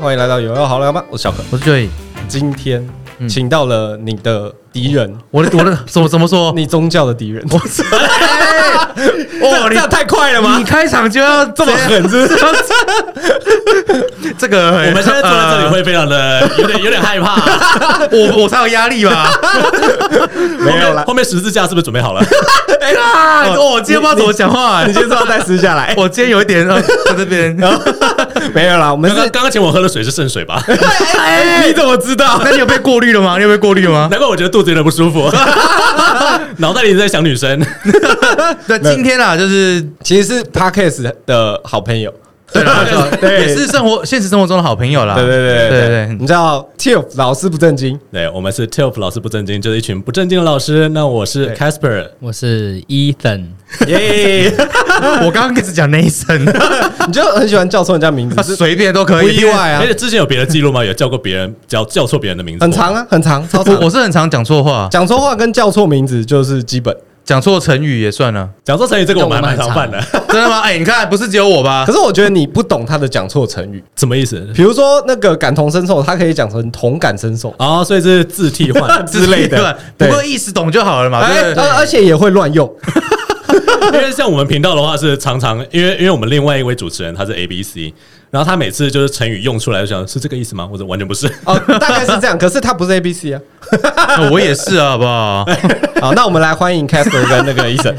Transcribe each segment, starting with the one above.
欢迎来到有要好聊吗？我是小可，我是 Joy，今天嗯哦请到了你的敌人，我的我的怎么怎么说？你宗教的敌人。我是这 哦， 这样你太快了吗 你？开场就要这么 狠是不是？这个，我们现在坐在这里会非常的有点有点害怕、呃，我我才有压力吧？ 没有啦，后面十字架是不是准备好 了？哎，哦，我今天不知道怎么讲 话，你先知道带私下来。我今天有一点呃在这边，没有啦，我们刚刚是。刚刚请我喝的水是圣水吧？哎你怎么知道？那你有被过滤了吗？你有被过滤了 吗？难怪我觉得肚子有点不 舒服，脑袋里一直在想女生。对，今天啊，就是其实是 Parkes 的好朋友。对啦，就对也是生活现实生活中的好朋友啦。对对对啊对对你知道 Tiff 老师不正经，对，我们是 TILF 老师不正经，就是一群不正经的老师。那我是对 Casper，我是 Ethan，耶，我刚刚开始讲 Nathan， 你就很喜欢叫错人家名字，是随便都可不以，意外啊而，且哎之前有别的记录吗？有叫过别人叫叫错别人的名字？很长。啊，很长，超因为。长我。我是很常讲错话，讲错话跟叫错名字就是基本。讲错成语也算了，讲错成语这个我们还蛮这个常我们犯很的，真的吗？哎，你看，不是只有我吧可？是我觉得你不懂他的讲错成语， 什么意思？比如说那个感同身受，他可以讲成同感身受哦，所以这是字替换 之类的 对对不过意思懂就好了嘛。哎， 对不对而而且也会乱用。因为像我们频道的话是常常，因为因为我们另外一位主持人他是 A B C，然后他每次就是成语用出来就想是这个意思吗？或者完全不是。哦，大概是这样。可是他不是 A B C 啊。那我也是啊，好不好？ 哎好，那我们来欢迎 Casper 跟那个医 生。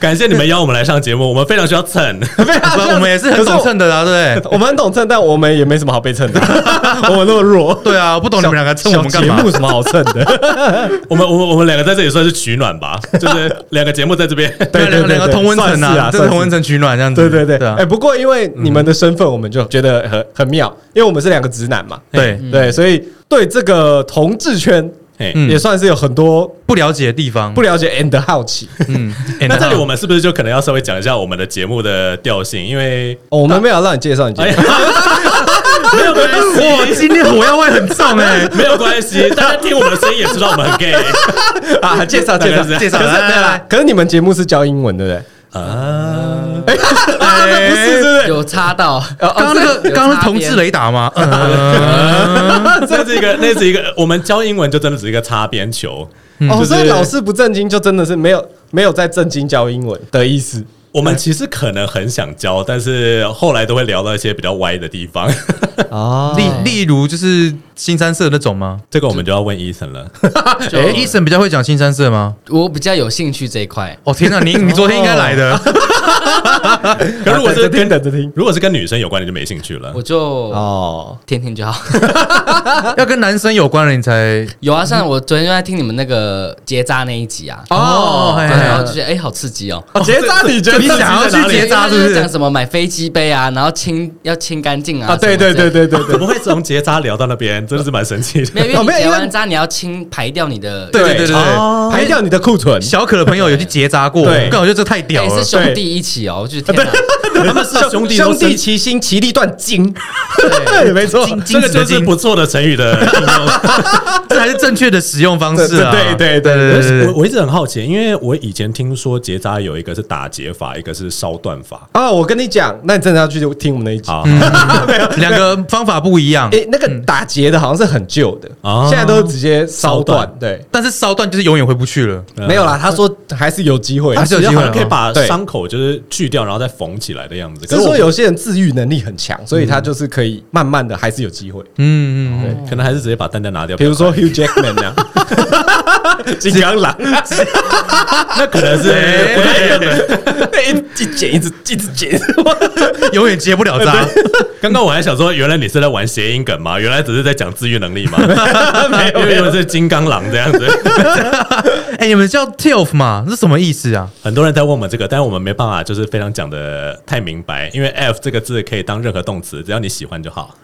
感谢你们邀我们来上节目，我们非常需要蹭。 不然我们也是很懂蹭的啊，对不我们很懂蹭，但我们也没什么好被蹭 的，我们那么弱。对？对啊，我不懂你们两个蹭我们小干节嘛？目什么好蹭 的？我们我们我们两个在这里算是取暖吧，就是两个节目在这 边。对对对两个两个对同温算层是啊啊，这是算是同温层取暖这样子。对对对，对啊哎，，不过因为你们的身份，我们就觉得很很妙，因为我们是两个直男嘛，对，对，嗯所以对这个同志圈嘿嗯也算是有很多不了解的地方不，了解 and 好 奇。嗯，那这里我们们是不是就可能要稍微讲一下我们的节目的调性？因为哦我们没有让你介绍，你介哎绍呀， 没有关哇，系，今天火药味很重哎，没有关系，大家听我们的声音也知道我们 很 gay 啊， 介绍介绍大概是介绍 可是来来来可是你们节目是教英文，对不对？啊。啊， 那不是，对有插到， 刚刚那哦个有刚刚是擦同边志雷达吗？呃嗯那是一个，那是一个，我们教英文就真的只是一个擦边球。不对？哦，就是所以老师不正经，就真的是没有没有在正经教英文的意思。我们其实可能很想教，但是后来都会聊到一些比较歪的地方。哦例例如就是新三色那种吗？ 这个我们就要问 Ethan 了。就哎，医生比较会讲新三色吗？我比较有兴趣这一块，哦天哪，你你昨天应该来的， 可如果是听跟等着听如果是跟女生有关，你就没兴趣了我。就哦，天天就好。 要跟男生有关了你才有啊，像我昨天就在听你们那个结扎那一集啊，哦对嘿然后就觉得哎，好刺激哦。啊结扎你觉得你想要去结扎是不因为他们就是讲是？什么买飞机杯啊，然后清要清干净啊？啊？对对对对。对对对 怎么会从结扎聊到那边？ 真的是蛮神奇的。没有，因哦为没有你结因为完扎，你要清排掉你的，对对对对哦排掉你的库存。小可的朋友有去结扎过，对我感觉这太屌哎了是。兄弟一起哦，我啊就觉得天哪，他们是 兄弟都兄是弟齐心，其利断金。对，没错，金这金个子的就是金，不错的成语的应 用。这才是正确的使用方式啊！对对对对对对我对，我一直很好奇，因为我以前听说结扎有一个是打结法，一个是烧断法。啊啊！我跟你讲，那你真的要去听我们那一集。好，两个方法不一样，诶，那个打结的好像是很旧的哦，现在都直接烧断烧。对，但是烧断就是永远回不去了。嗯没有啦，他说还是有机会，还是有机会好像可以 把对伤口就是去掉，然后再缝起来的样子。只可是我说有些人治愈能力很强，所以他就是可以慢慢的还是有机会。嗯嗯，可能还是直接把蛋蛋拿掉，比如说 Hugh Jackman 那样， 金刚狼，那可 能是哎不太一样的。一剪一直一直剪，嗯永远结不了扎。刚刚我还想说，原来你是在玩谐音梗吗？原来只是在讲自愈能力吗？ 没有，因为是金刚狼这样子。 哎，你们叫 TILF 嘛？这什么意思啊？很多人在问我们这个，但是我们没办法，就是非常讲的太明白，因为 F 这个字可以当任何动词，只要你喜欢就好。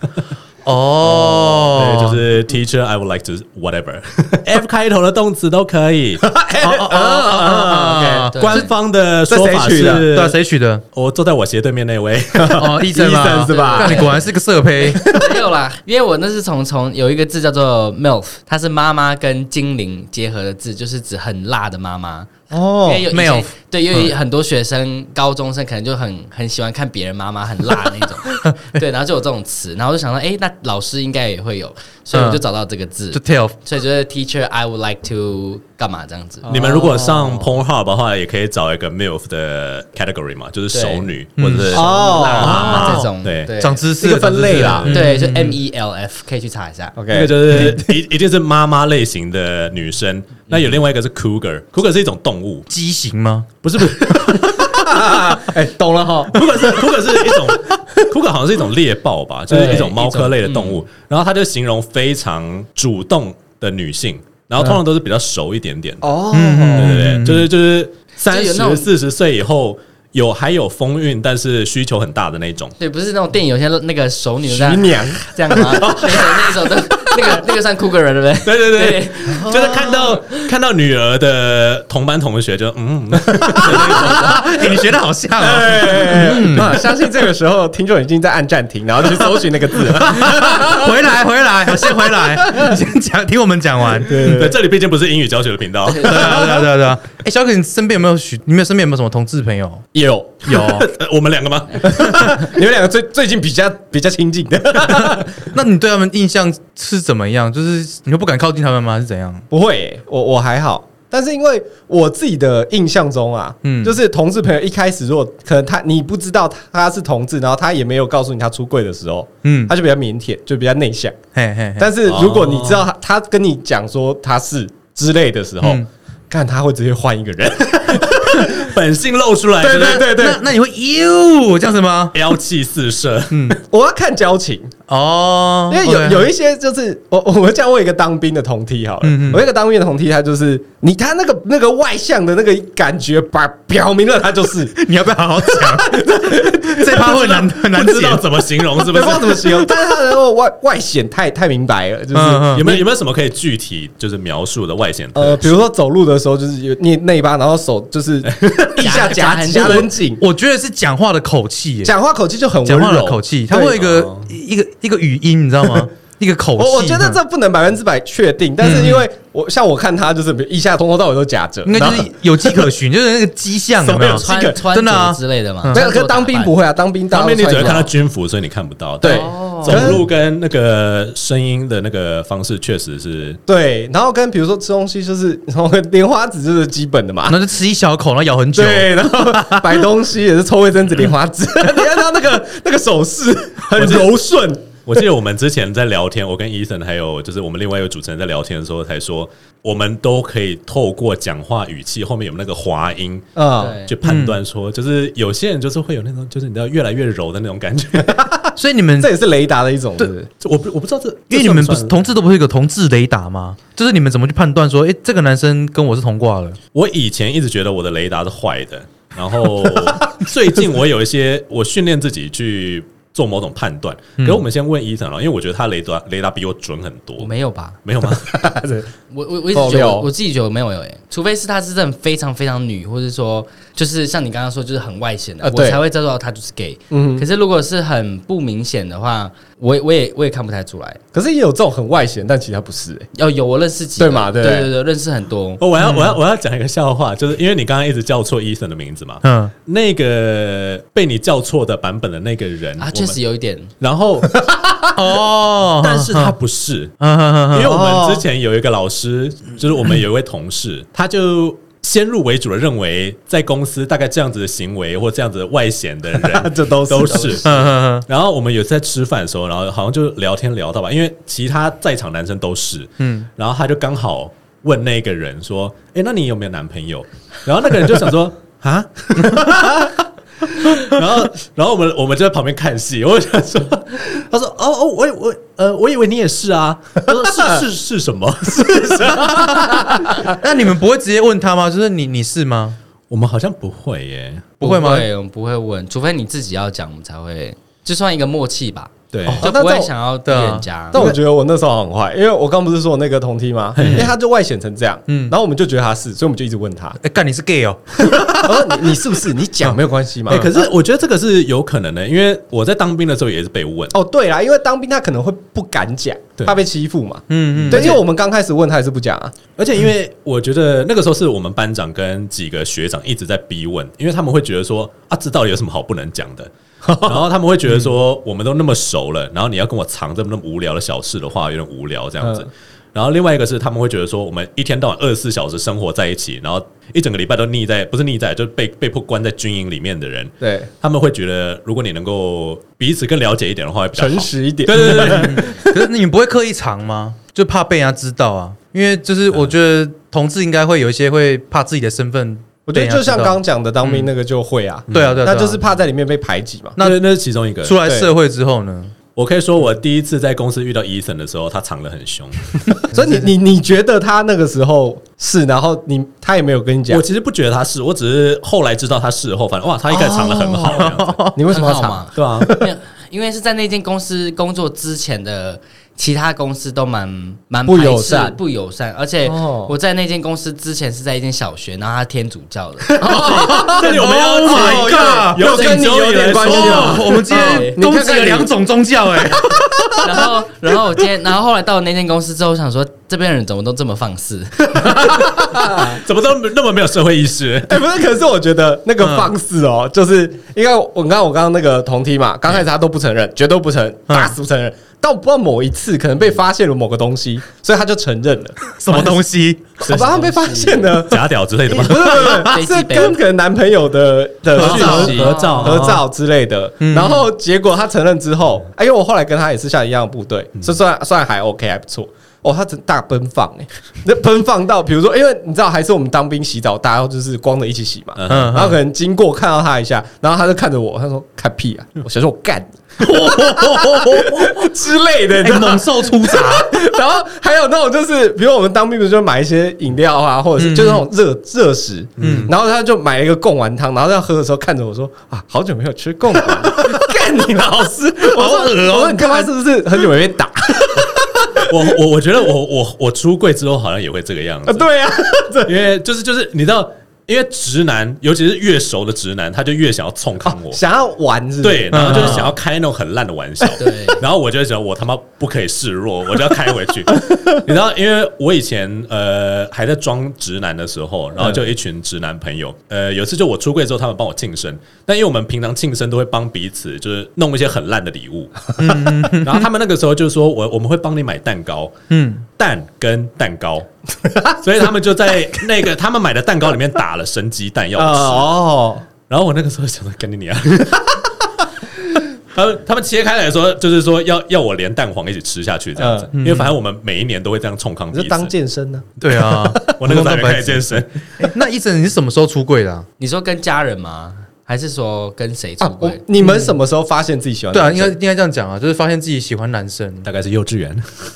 哦，对，就是 teacher I would like to whatever F 开头的动词都可以。哦哦 哦哦对官方的说这法谁取的对啊，是，谁取的？我坐在我斜对面那 位，哦，医生医嘛生是吧那你果然是个色胚。没有啦，因为我那是从从有一个字叫做 milf，它是妈妈跟精灵结合的字，就是指很辣的妈妈。哦因为有以没有前对，因为很多学生、高中生可能就很很喜欢看别人妈妈很辣那种，对，然后就有这种词，然后我就想到，哎、那老师应该也会有，所以我就找到这个字，就 tail 所以就是 teacher I would like to 干嘛这样子，你们如果上 Pornhub 的话，也可以找一个 MILF 的 category 嘛，就是熟女或者是辣哦妈妈这种，对对长知识一个分类啊啦长知识对，就 M E L F 可以去查一下，那个，OK，就是一一定是妈妈类型的女生。那有另外一个是 cougar，cougar 是一种动物，畸形 吗？不是不是哎，懂了哈。 ，cougar 是 cougar 是一种 cougar 好像是一种猎豹吧，就是一种猫科类的动物。然后它就形容非常主动的女性，然后通常都是比较熟一点点的。哦，对对对，就是就是三就有那种十四十岁以后有还有风韵，但是需求很大的那种。对，不是那种电影有些那个熟女这徐样娘，这样吗？ 那种那种的，那个那个算酷个人对不对？对对对， 就是看到看到女儿的同班同学就嗯，哎你学的好像 啊，哎，啊相信这个时候听众已经在按暂停，然后去搜寻那个 字了。回来回来，我先 回来，你先讲，听我们讲完。对对，这里毕竟不是英语教学的频道，啊对啊对啊对啊！哎，小可，你身边有没有许？你们身边有没有什么同志 朋友？有有，呃我们两个吗？你们两个最最近比较比较亲近的，那你对他们印象是怎么样？就是你会不敢靠近他们吗？还是怎样？ 不会欸、我我还好。但是因为我自己的印象中啊，嗯就是同志朋友一开始如果可能他你不知道他是同志，然后他也没有告诉你他出柜的时候，嗯他就比较腼腆，就比较内向。嘿嘿嘿，但是如果你知道他他跟你讲说他是之类的时候嗯，看他会直接换一个人， 本性露出来，对对对对那，那你会哟这样子吗？妖气四射，嗯我要看交情，哦，因为有有一些就是我我我讲我有一个当兵的同梯好了，嗯嗯我有一个当兵的同梯，他就是你他那个那个外向的那个感觉，把表明了他 就是，你要不要好 好讲？这趴哦会难很难不知解道怎么形容，是我不不是知？道怎么形容， 但是他的外外显太太明白了，就是。嗯嗯有没有有没有什么可以具体就是描述的外显特呃，征？比如说走路的时候，就是有捏内八，然后手就是 一下夹夹很夹得很紧，我觉得是讲话的口气耶，讲话口气就很温讲话的柔口气，它会有一个一个一个语音，你知道 吗？一个口气。我我觉得 这不能百分之百确定，但是因为我像我看他就是比如一下从头到尾都夹着，嗯应该就然后是有迹可 循，就是那个迹象有没有？穿这个穿真的啊着之类的嘛嗯，没穿有，着可是当打兵扮不会啊，当兵大家当面都你只穿会看着到军服，所以你看不到。对哦但走路跟那个声音的那个方式确实是对，然后跟比如说吃东西就是， 然后莲花指就是基本的嘛然，后就吃一小口，然后咬很久。对，然后摆东西也是抽卫生纸莲花指， 你看他那个那个手势 很我是柔顺，我记得我们之前在聊天，我跟 Ethan 还有就是我们另外一个主持人在聊天的时候，才说我们都可以透过讲话语气后面有没有那个滑音。嗯，对去判断说，就是有些人就是会有那种，就是你知道越来越柔的那种感觉。所以你们这，也是雷达的一种，对不对？就我不我不知道这，因为你们不这是算算同志都不是有个同志雷达吗？就是你们怎么去判断说，哎，这个男生跟我是同挂了？我以前一直觉得我的雷达是坏的，然后 最近我有一些我训练自己去做某种判断。嗯可是我们先问 Ethan 了，因为我觉得他雷达雷达比我准很我多。没有吧？没有吗？我我我一直觉爆得料我我自己觉得我没有哎、除非是她是真的非常非常女，或者说就是像你刚刚说就是很外显的，啊我对才会知道她就是 gay。嗯可，是如果是很不明显的话，我也我也我也看不太出来。可是也有这种很外显，但其实他不是，欸要有我认识几个对嘛对对不对，对对，认识很多。哦，我嗯要我要我要讲一个笑话，就是因为你刚刚一直叫错 Ethan 的名字嘛，嗯，那个被你叫错的版本的那个人啊，确，我实们有一点，然 后哦，但是他不是，嗯，嗯嗯嗯因为我们之前有一个老师，就是我们有一位同事，他就。先入为主的认为，在公司大概这样子的行为或这样子的外显的人这都是都都是。 嗯嗯嗯然后我们有一次在吃饭的时候，然后好像就聊天聊到吧，因为其他在场男生都是，嗯，然后他就刚好问那个人说：“哎、那你有没有男朋友？”然后那个人就想说：“ 啊。”然后，然后我们我们就在旁边看戏。我想说，他说：“哦哦，我以我呃，我以为你也是啊。”他说：“是是是什么？嗯那你们不会直接问他吗？就是你你是吗？我们好像不会耶。不会吗？我们不会问，除非你自己要讲，我们才会，就算一个默契吧。对，哦就那不会这种想要逼对啊人家。但我觉得我那时候很坏，因为我刚不是说我那个同梯吗？因为他就外显成这样，嗯然后我们就觉得他是，所以我们就一直问他，哎，干你是 gay 哦？ 我说你你是不是？你讲没有关系嘛哎、。可是我觉得这个是有可能的，因为我在当兵的时候也是被问， 哦，对啦，因为当兵他可能会不敢讲，对怕被欺负嘛。嗯嗯，对，因为我们刚开始问他也是不讲啊。而且因为我觉得那个时候是我们班长跟几个学长一直在逼问，因为他们会觉得说啊，这到底有什么好不能讲 的？然后他们会觉得说，我们都那么熟了，然后你要跟我藏这么那么无聊的小事的话，有点无聊这样子嗯。然后另外一个是，他们会觉得说，我们一天到晚二十四小时生活在一起，然后一整个礼拜都腻在，不是腻在，就是被被迫关在军营里面的人，对，他们会觉得，如果你能够彼此更了解一点的话，会比较好诚。实一点。对对对对，可是你们不会刻意藏吗？就怕被人家知道啊？因为就是我觉得同志应该会有一些会怕自己的身份我觉得被人家就啊知道，嗯像刚讲的，当兵那个就会啊。对啊对啊，对啊那就是怕在里面被排挤嘛。那那那是其中一个。出来社会之后呢？我可以说，我第一次在公司遇到 Ethan 的时候，他藏得很 凶。嗯所以你你你觉得他那个时候是，然后你他也没有跟你讲我，其实不觉得他是，我只是后来知道他是后，反正哇，他一开始藏得很好，这 样子你为什么要很好嘛藏？对啊，没有因为是在那间公司工作之前的其他公司都蛮蛮不排斥友善不友善，而且哦我在那间公司之前是在一间小学，然后他天主教的， 这里我们要 Oh my 讲 God，啊有又跟你哦有点啊关系啊了了。 我们今天攻击了两种宗教，哎，然后然后我今天，然后后来到了那间公司之后，我想说这边的人怎么都这么放肆，怎么都那么没有社会意识？哎、不是，可是我觉得那个方式嗯哦，就是因为我刚我刚刚那个同梯嘛，刚开始他都不承认，嗯绝对不承认，打死不承认。到不知道某一次可能被发现了某个东西，所以他就承认了。 什么东西？好吧，他被发现了，假屌之类的 不吗是？不是不飞是，机是杯跟可能男朋友的的合讯照息合照哦嗯合照之类的。然后结果他承认之后，哎，因为我后来跟他也是下一样的部队，嗯所以算算还 OK 还不错。哦，他真大奔放哎、 那奔放到比如说，因为你知道还是我们当兵洗澡，大家就是光着一起洗嘛，嗯 嗯然后可能经过看到他一下，然后他就看着我，他说看屁啊，我想说我干 你之类的，你知哎道吗猛兽出闸， 然后还有那种就是，比如我们当兵不是就买一些饮料啊，或者是就是那种热热食，嗯，然后他就买了一个贡丸汤，然后他喝的时候看着我说啊，好久没有吃贡丸了， 干你老师，我说好恶哦我说你他妈是不是很久没被打？我我我觉得我我我出柜之后好像也会这个样啊子，对啊，因为就是就是你知道，因为直男，尤其是越熟的直男，他就越想要冲康我。想要玩是不是对，然后就是想要开那种很烂的玩笑，对然后我就会觉得我他妈不可以示弱，我就要开回去。你知道，因为我以前呃还在装直男的时候，然后就有一群直男朋友，呃有一次就我出柜之后，他们帮我庆生，但因为我们平常庆生都会帮彼此就是弄一些很烂的礼物，然后他们那个时候就说我我们会帮你买蛋糕， 嗯，蛋跟蛋糕，所以他们就在那个他们买的蛋糕里面打了生鸡蛋要呃我吃。哦，然后我那个时候想着跟你娘，他们他们切开来说，就是说要要我连蛋黄一起吃下去这样子，因为反正我们每一年都会这样冲康嗯你彼就此。当健身呢？对啊，我那个时候还没开始健身，哎那医生你是什么时候出柜的啊？ 你说跟家人吗？还是说跟谁出啊，我轨？你们什么时候发现自己喜欢对啊，男应生？该应该这样讲啊，就是发现自己喜欢男生，大概是幼稚园。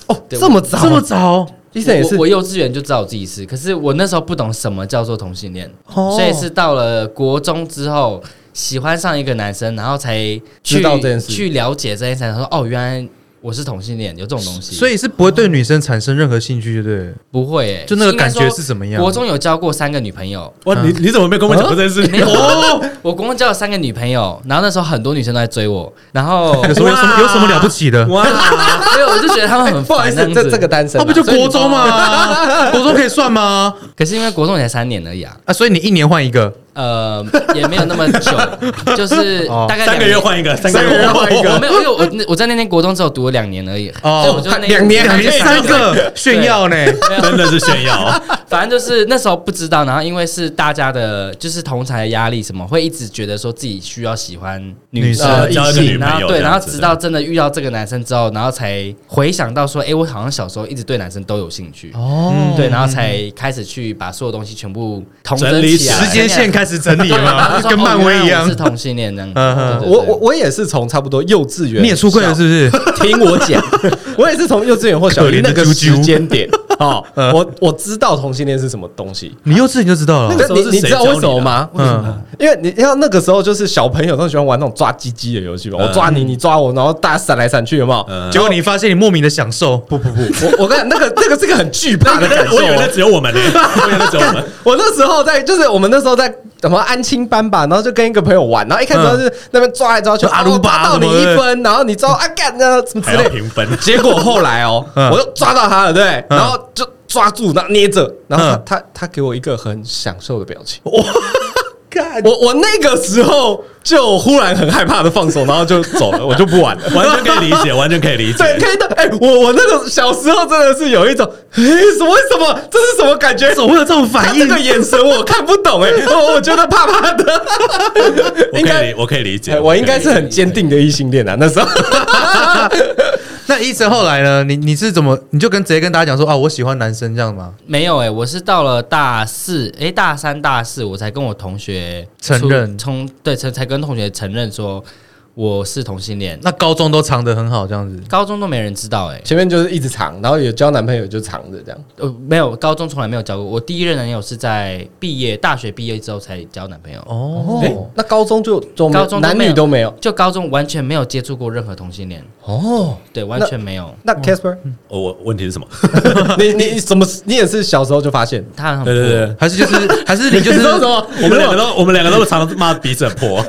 哦，这么早，这么早，医生也我是我我幼稚园就知道我自己是，可是我那时候不懂什么叫做同性恋，哦所以是到了国中之后喜欢上一个男生，然后才去知道这件事去了解这件事，才说哦，原来我是同性恋，有这种东西，所以是不会对女生产生任何兴趣，对不对？不会、欸，就那个应该感说觉是怎么样？国中有交过三个女朋友， 哇，嗯你你怎么没跟我讲哦过这件事没情？有，啊我国中交了三个女朋友，然后那时候很多女生都在追我，然后 有什么有什么有什么了不起的？哇，所以我就觉得他们很 不好意烦思，样这子这个单身那啊不就所以你国 中吗？国中可以算吗？可是因为国中也才三年而已啊，啊，所以你一年换一个，呃，也没有那么 久，就是哦大概三两个年月换一个，三个个月月换换一一个个。我没有，因为我那我在那间国中只有读了两年而已，哦所以我就那两年两两年年三个炫耀呢？真的是炫耀，哦反正就是那时候不知道，然后因为是大家的，就是同才的压力什么，会一直觉得说自己需要喜欢女女生呃呃交一个异性女朋友然后对，这样子然后直到真的遇到这个男生之后，然后才回想到说，哎，我好像小时候一直对男生都有兴趣。哦对，然后才开始去把所有东西全部统整整理起来，起来时间线开始整理对，然后了，说跟哦漫威一原来样 我是。同性恋这样子。嗯嗯对对对我我我也是从差不多幼稚园， 你也出柜了是不是？ 听我讲，我也是从幼稚园或小学那个时间点哦，我我知道同性恋是什么东西。你幼稚你就知道了哦那。个时候你是你谁知道教为你什么的嗯吗？为什么？因为你要那个时候就是小朋友都喜欢玩那种抓鸡鸡的游戏嘛，我抓你，你抓我，然后大家闪来闪去，有没有？嗯结果你发现你莫名的享受，不不不，我我跟你讲那个那个是个很惧怕的感受我以哦为那。只有我们呢，我以为那只有我们。 我那时候在，就是我们那时候在什么安亲班吧，然后就跟一个朋友玩，然后一开始嗯就是那边抓来抓去，就阿鲁哦巴抓到你什么的一分，然后你抓啊干那什么之还要类。评分，结果后来哦， 嗯我就抓到他了，对，嗯然后就抓住，然后捏着，然后嗯他他他给我一个很享受的表情， 干我我那个时候就忽然很害怕的放手，然后就走 了，我就不玩了。完全可以理解，完全可以理解。对，可以的。哎、我我那个小时候真的是有一种，哎、什么什么，这是什么感觉？怎么会有这种他反这 应？个眼神我看不懂哎、我我觉得怕怕的。 我应可以该理，我可以理解哎。我应该是很坚定的异性恋啊，那时候 那医生后来呢？你你是怎么？你就跟直接跟大家讲说啊，我喜欢男生这样吗？没有哎、我是到了大四，哎、大三、大四，我才跟我同学承出认从对，才才跟同学承认说我是同性恋。那高中都藏得很好，这样子。高中都没人知道哎、前面就是一直藏，然后有交男朋友就藏着这样。呃，没有，高中从来没有交过。我第一任男友是在毕业，大学毕业之后才交男朋友。哦，哎、那高中就就没有高中都男没有女都没有就高中完全没有接触过任何同性恋，哦。对，完全没有。那 Casper，哦我我问题是什么？ 你你你怎么你也是小时候就发现？他很对对 对，还是就是还是你就是你说什么？我们两个都我们两个都常常骂彼此很破，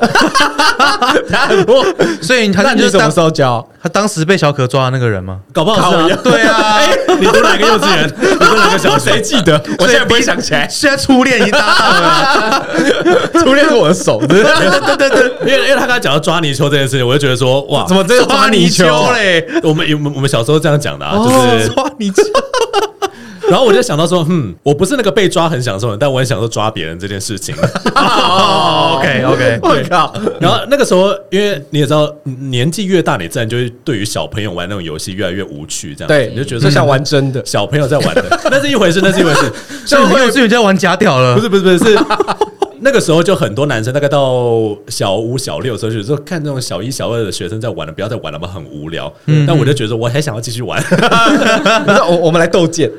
他很弱。所以你还那是就你是什么当时候交？他当时被小可抓的那个人吗？搞不好是啊。对 啊， 你读哪个 幼稚园？你读哪个小学？谁记得？我现在不会所以想起来，现在初恋已经搭档了，初恋是我的手，是不是对对对，因为因为他刚才讲到抓泥鳅这件事情，我就觉得说哇，怎么这个抓泥鳅抓嘞？我们我们我们小时候这样讲的啊，就是哦，抓泥鳅，然后我就想到说，嗯，我不是那个被抓很享受的，但我很享受抓别人这件 事情。啊哦，OK OK，我靠！然后那个时候，因为你也知道，年纪越大，你自然就会对于小朋友玩那种游戏越来越无趣，这样子对，你就觉就得说想玩真的，小朋友在 玩的，那是一回事，那是一回事。像你幼稚园在玩假屌了不，是不是不是是。那个时候就很多男生，大概到小五、小六的时候，就说看这种小一、小二的学生在玩了，不要再玩了嘛，很无聊。但我就觉得我还想要继续玩， 那我我们来斗剑，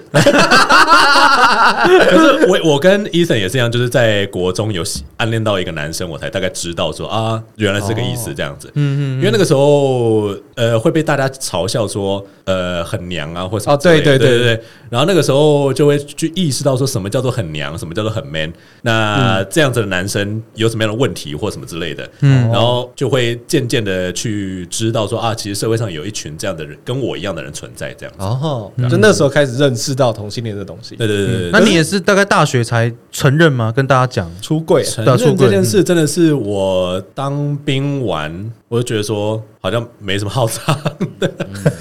可是我我跟 Ethan 也是一样，就是在国中有喜暗恋到一个男生，我才大概知道说啊，原来是这个意思这样子。嗯嗯，因为那个时候呃会被大家嘲笑说呃很娘啊，或者哦对对对对对。然后那个时候就会去意识到说什么叫做很娘，什么叫做很 man。那这样子的男生有什么样的问题或什么之类的，嗯，然后就会渐渐的去知道说啊，其实社会上有一群这样的人，跟我一样的人存在这样子。哦，就那时候开始认识到同性恋的东西，对对对对，那你也是大概大学才承认吗？跟大家讲，出柜承对啊出认柜这嗯件事真的是我当兵完，我就觉得说好像没什么好 差，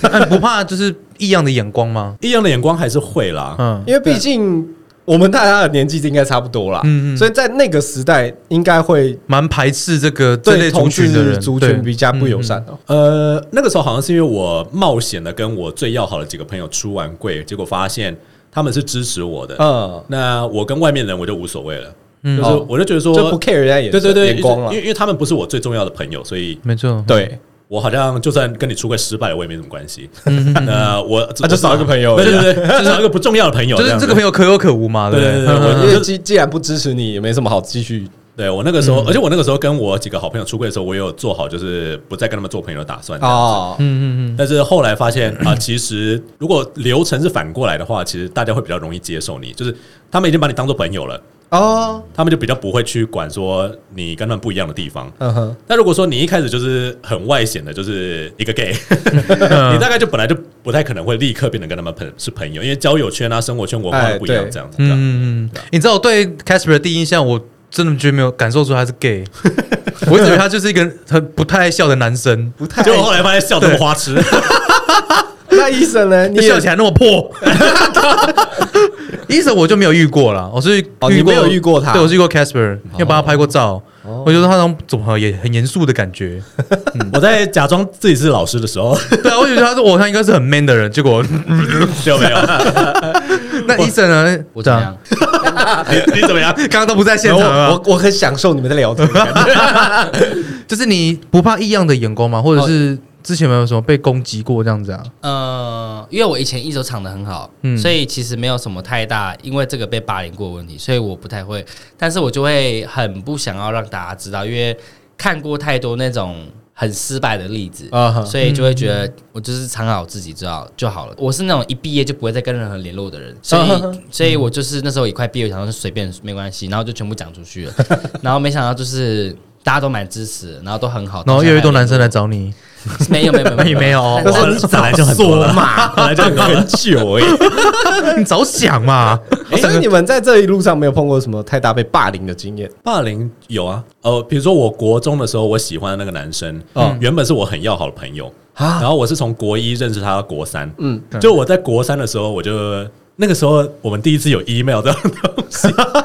那你不怕就是异样的眼光 吗？异样的眼光还是会啦。嗯，因为毕竟我们大家的年纪应该差不多啦，嗯嗯所以在那个时代应该会蛮排斥这个这类对族同群性的人，族对嗯群比较不友善哦。呃，那个时候好像是因为我冒险的跟我最要好的几个朋友出完柜，结果发现他们是支持我的。嗯，那我跟外面人我就无所谓了，就是哦我就觉得说，就不 care 人家眼对对对，眼光了啊因为，因为他们不是我最重要的朋友，所以嗯没错，对，我好像就算跟你出柜失败了，我也没什么关系。 那我那嗯就少一个朋友而对已啊对对，就少一个不重要的朋友，就是样这子个朋友可有可无嘛，对对不对对对？我因为既既然不支持你，也没什么好继续。对我那个时候，而且我那个时候跟我几个好朋友出柜的时候，我也有做好就是不再跟他们做朋友的打算。哦，嗯嗯嗯，但是后来发现啊，其实如果流程是反过来的话，其实大家会比较容易接受你，就是他们已经把你当做朋友了，哦，他们就比较不会去管说你跟他们不一样的地方。嗯哼，那如果说你一开始就是很外显的，就是一个 gay，你嗯大概就本来就不太可能会立刻变得跟他们朋是朋友，因为交友圈啊、生活圈文化哎都不一样，对这样子。对啊嗯嗯嗯，你知道我对 Casper 的第一印象，我真的觉得没有感受出他是 gay，我一直以为他就是一个很不太爱笑的男生，不太结果后来发现笑得那么花痴，那医生 呢？你就也笑起来那么破。 医生我就没有遇过啦，我是遇过、哦你没有遇过他对我是遇过 Casper，因为帮他拍过照，我觉得他那种怎么也很严肃的感觉。我在假装自己是老师的时候对啊，我觉得他是我他应该是很 man 的人，结果 就没有。那医生呢？我怎么样？你你怎么样？对啊？刚刚都不在现场啊，我我我很享受你们在聊天的感觉，就是你不怕异样的眼光吗？或者是之前有没有什么被攻击过这样子啊？呃，因为我以前一手唱的很好，嗯所以其实没有什么太大因为这个被霸凌过的问题，所以我不太会，但是我就会很不想要让大家知道，因为看过太多那种很失败的例子， 嗯啊哈所以就会觉得我就是藏好自己知道就好了。我是那种一毕业就不会再跟任何人联络的人，所嗯以、啊哈所以我就是那时候也快毕业，我想说随便没关系，然后就全部讲出去 了，然后没想到就是。大家都蛮支持，然后都很好，然后越来越多男生来来，找你，没有没有没有也 没有哦 但是本来就很多了嘛， 本来就很久哎。哦 你早想嘛！所以你们在这一路上没有碰过什么太大被霸凌的经验？霸凌有啊，呃，比如说我国中的时候，我喜欢的那个男生，嗯原本是我很要好的朋友，啊然后我是从国一认识他到国三，嗯嗯，就我在国三的时候，我就那个时候我们第一次有 email 这种东西，哦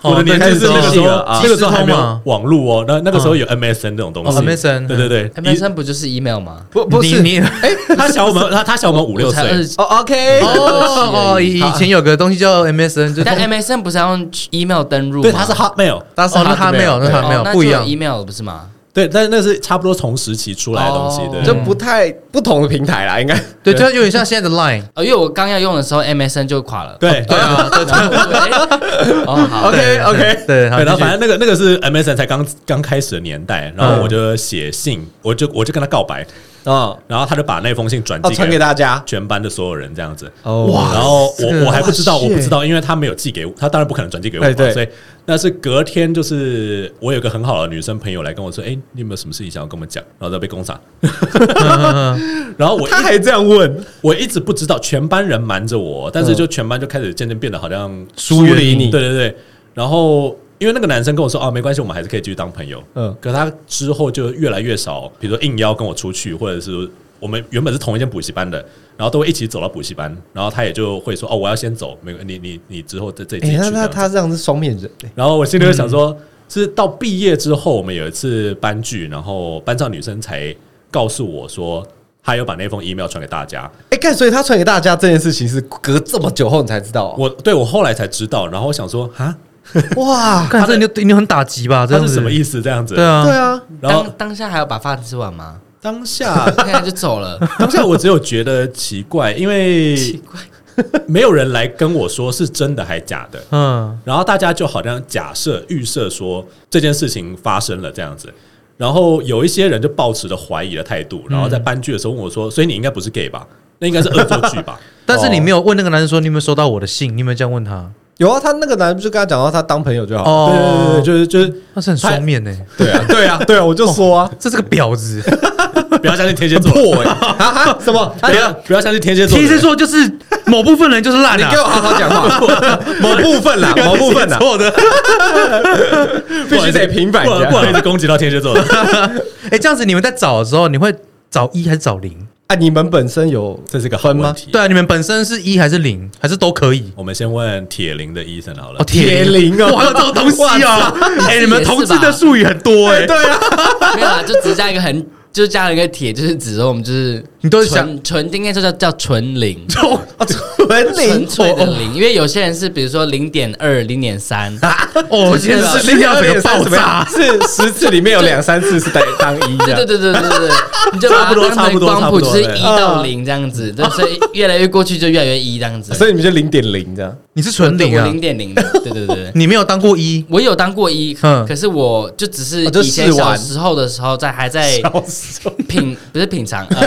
我的年纪是那那个个时时候候啊，那个时候还没即时通有嘛网络哦，那那个时候有 MSN 这种东西哦，MSN 对对对 MSN 不就是 email 吗？不，不是你你哎，他小我们他他小我们五六我才二岁，十，哦，OK，哦哦，以以前有个东西叫 MSN，就但通 MSN 不是要用 email 登录吗？对，他是 Hotmail，但哦，那他没有，那他没有哦那不一就样。 email 不是吗？对，但是那是差不多同时期出来的东西，哦对，就不太不同的平台啦，应该对，就有点像现在的 Line。哦，因为我刚要用的时候 MSN 就垮 了。对对啊，对然后我就哎哦，好， OK 对 OK，对，对，然然后后反正那个那个是 MSN 才刚刚开始的年代，然后我就写信，我就我就跟他告白， 哦然后他就把那封信转哦，寄传给大 家全班的所有人这样子。哦哇然后这个我我还不知道，哇塞我不知道，因为他没有寄给我，他当然不可能转寄给我哎对嘛，所以那是隔天，就是我有个很好的女生朋友来跟我说，哎，你有没有什么事情想要跟我们讲？然后再被攻 杀，然后我一他还这样问，我一直不知道，全班人瞒着我，但是就全班就开始渐渐变得好像嗯疏离你对对对，然后因为那个男生跟我说哦，没关系，我们还是可以继续当朋友。嗯嗯，可他之后就越来越少，比如说应邀跟我出去，或者是我们原本是同一间补习班的，然后都会一起走到补习班，然后他也就会说哦，我要先走，没你你你之后再再自己哎，那去。他这嗯样子他这样是双面人，然后我心里就想说，是到毕业之后，我们有一次班聚，然后班上女生才告诉我说，她有把那封 email 传给大家。哎，干，所以他传给大家这件事情是隔这么久后你才知道哦，我对我后来才知道，然后我想说啊，哇，看这你就你很打击吧？这他样是子什么意思？这样子，对啊， 对啊，然后当当下还要把饭吃完吗？当下现在就走了， 当下我只有觉得奇怪，因为奇怪，没有人来跟我说是真的还假的，嗯，然后大家就好像假设预设说这件事情发生了这样子。然后有一些人就抱持着怀疑的态度，然嗯后在班聚的时候问我说：“所以你应该不是 gay 吧？那应该是恶作剧吧？”但是你没有问那个男生说你有没有收到我的信，你有没有这样问他？有啊，他那个男的不是跟他讲到他当朋友就好，对对对对，哦，就是就是，那是很双面呢， 对啊，对啊，对啊，我就说啊，这是个婊 子。 不要相信天蝎座，破哎，啊哈，什么？不要不要相信天蝎座的天人，蝎座就是某部分人就是烂你给我啊，好好讲话，某部分啦，某部分啦，啊错的。必须得平反不一然不下然一直攻击到天蝎 座了。哎，这样子你们在找的时候，你会找一还是找零？啊！你们本身有这是个好分吗问？题。对啊，你们本身是一还是零，还是都可以？我们先问铁林的医生好了。哦，铁零啊哇，还有这种东西啊！哎，你们同志的术语很多哎，对啊，没有啦，就只加一个很，就加了一个铁，就是指说我们就是你都是纯纯，应该就叫叫纯零。哦啊纯纯零粹的哦零，因为有些人是比如说零点二、零点三， 哦，今天哦是力量整个爆炸，是十次里面有两三次是当当一这样。对对对对对对对，你就把差不多它当差不成多光谱，就是差不多一到零这样子，对，所以越来越过去就越来越一这样子。所以你们就零点零这样，你是纯零我啊零，点零的，对对对对。你没有当过一， 我有当过一，嗯可是我就只是哦就以前试小玩时候的时候，在还在笑死我！品不是品尝，呃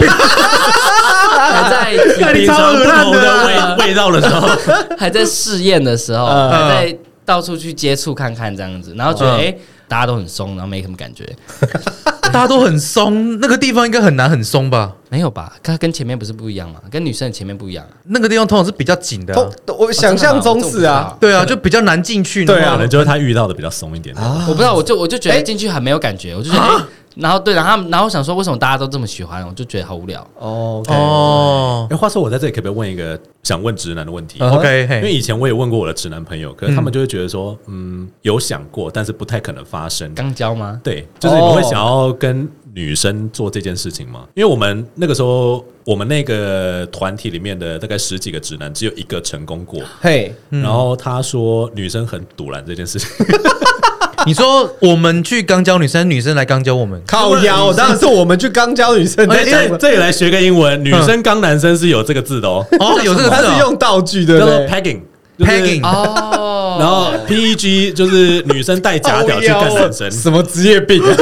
还在你品超尝不恶烂同的的味味道的时候，还在试验的时候，嗯还在到处去接触看看这样子，然后觉得嗯哎、诶大家都很松，然后没什么感觉，大家都很松，那个地方应该很难很松吧？没有吧？它跟前面不是不一样吗？跟女生的前面不一样啊、那个地方通常是比较紧的啊、通我想象中是啊，对啊，就比较难进去。对啊然可后能就是他遇到的比较松一点。啊，我不知道，我就我就觉诶得进去很没有感觉，我就觉得。诶然后对，然后他们然后我想说，为什么大家都这么喜欢？我就觉得好无聊。哦哦哎，话说我在这里可不可以问一个想问直男的问题？嗯，OK，因为嘿，以前我也问过我的直男朋友，可是他们就会觉得说，嗯，有想过，但是不太可能发生。刚交吗？对，就是你们会想要跟女生做这件事情吗？因为我们那个时候，我们那个团体里面的大概十几个直男，只有一个成功过。嗯嘿，然后他说女生很堵拦这件事情，你说我们去刚教女生，女生来刚教我们，靠腰，当然是我们去刚教女生而在且讲这的，这里来学个英文，嗯女生刚男生是有这个字的哦，哦， 有这个他字是哦用道具对叫不做对？ pegging 就是 ，pegging，哦然后 P E G 就是女生带假屌去啊干啊男生，什么职业病啊？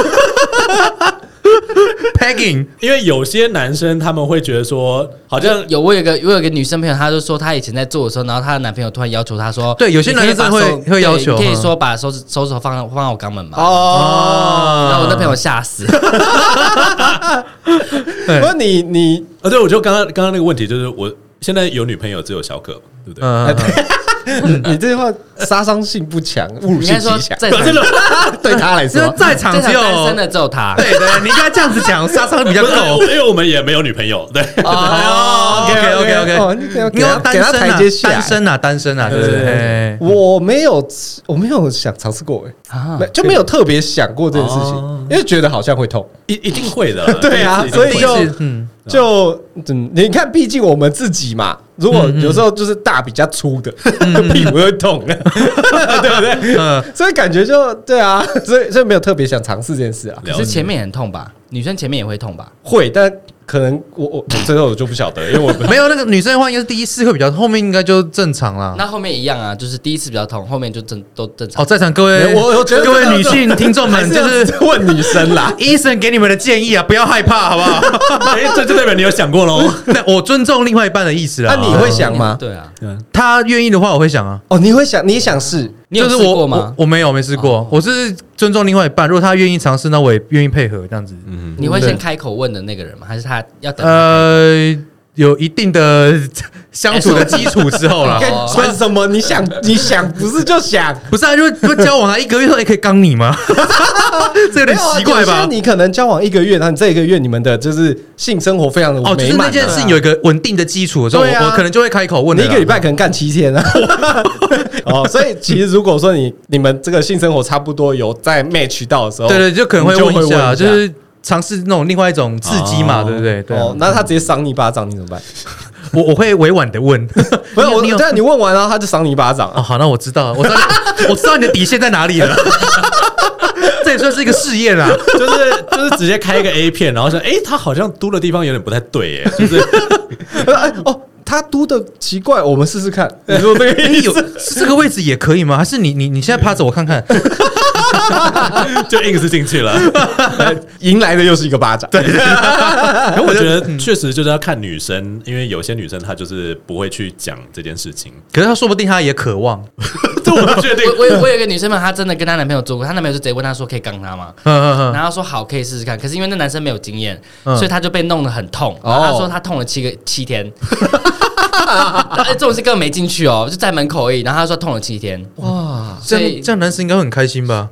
pegging，因为有些男生他们会觉得说，好哎像有我有个我有个女生朋友，她就说她以前在做的时候，然后她的男朋友突然要求她说，对有些你可以男生把会手会要求哦对你可嗯以说把手指手指头放放到我肛门嘛。哦，然后我那朋友吓死，不过你你啊，对，我就刚刚刚刚那个问题就是，我现在有女朋友只有小可嘛，对 不对？嗯，嗯 嗯你这句话杀伤性不强，侮辱应性该说极强，在场对他来这 说， 在场在只场有单身的只有她。对对，你应该这样子讲，杀伤力比较不是，够我。因为我们也没有女朋 友，对， 哦 OK，OK，OK，哦你给他你要单给他身台啊阶，下单身啊，单身啊，对对对对对。我没有吃，我没有想尝试过、欸，啊没就没有特别想过这件事情，哦因为觉得好像会痛。一一定会的啦， 对啊一定所以会就就是嗯，就嗯，你看，毕竟我们自己嘛，如果有时候就是大比较粗的， 屁股会痛，对不嗯对？所以感觉就对啊，所以所以没有特别想尝试这件事啊，可 是前面也很痛吧？女生前面也会痛吧？会，但可能我我最后我就不晓得，因 为我没有那个女生的话，应该是第一次会比较，后面应该就正常啦。哦那后面一样啊，就是第一次比较痛，后面就正都正常好，。在场各位，我我觉得各位女性听众还们，是 就要是问女生 啦，医生给你们的建议啊，不要害怕，好不 好？哎，这就代表你有想过喽。那我尊重另外一半的意思那啦。你会想吗？对啊，他愿意的话，我会想啊。哦，你会想，你想试？你有就是试我过我吗？我没有，没试过。我是尊重另外一半，如果他愿意尝试，那我也愿意配合这样子。嗯嗯你会先开口问的那个人吗？还是他要等？呃，有一定的相哎处的基础之 后啦跟。算什么？你想，你想不是就想？不是啊，就是不交往啊，一个月后也可以刚你吗？ 这有没点有啊奇怪有些吧？你可能交往一个月，然后你这一个月你们的就是性生活非常的哦，就美是满、啊那件事情有一个稳定的基础的时候，对啊我我可能就会开口问你了一啦个礼拜可能干七天啊。 哦，所以其实如果说你你们这个性生活差不多有在 match 到的时候，对对，就可能哦会你就会问一下，问一下就是尝试那种另外一种刺激嘛，哦对不对？对啊，哦，那他直接赏你一巴掌，你怎么办？我我会委婉的问， 不是我，你有对啊，你问完然后他就赏你一巴掌啊 哦，好，那我知道了，我知道 你，我知道你的底线在哪里了。 这也算是一个试验啊啦，就是就是直接开一个 A 片，然后说，哎、他好像嘟的地方有点不太对，耶，就是哎哦，他嘟的奇怪，我们试试 看。你说这个哎，有是这个位置也可以吗？还是你你你现在趴着我看看？ 就硬是进去了。迎来的又是一个巴掌，对，可我觉得嗯确实就是要看女生，因为有些女生她就是不会去讲这件事情，可是他说不定他也渴望， 这我不确定。我我有我有一个女生嘛，她真的跟她男朋友做过，她男朋友就直接问她说可以刚她吗？ 嗯嗯嗯，然后她说好，可以试试看。可是因为那男生没有经验，嗯所以她就被弄得很痛。哦然后她说她痛了七个七天，而且这种是根本没进去哦，就在门口而已。然后她说痛了七天，哇，这所以样这样男生应该会很开心吧？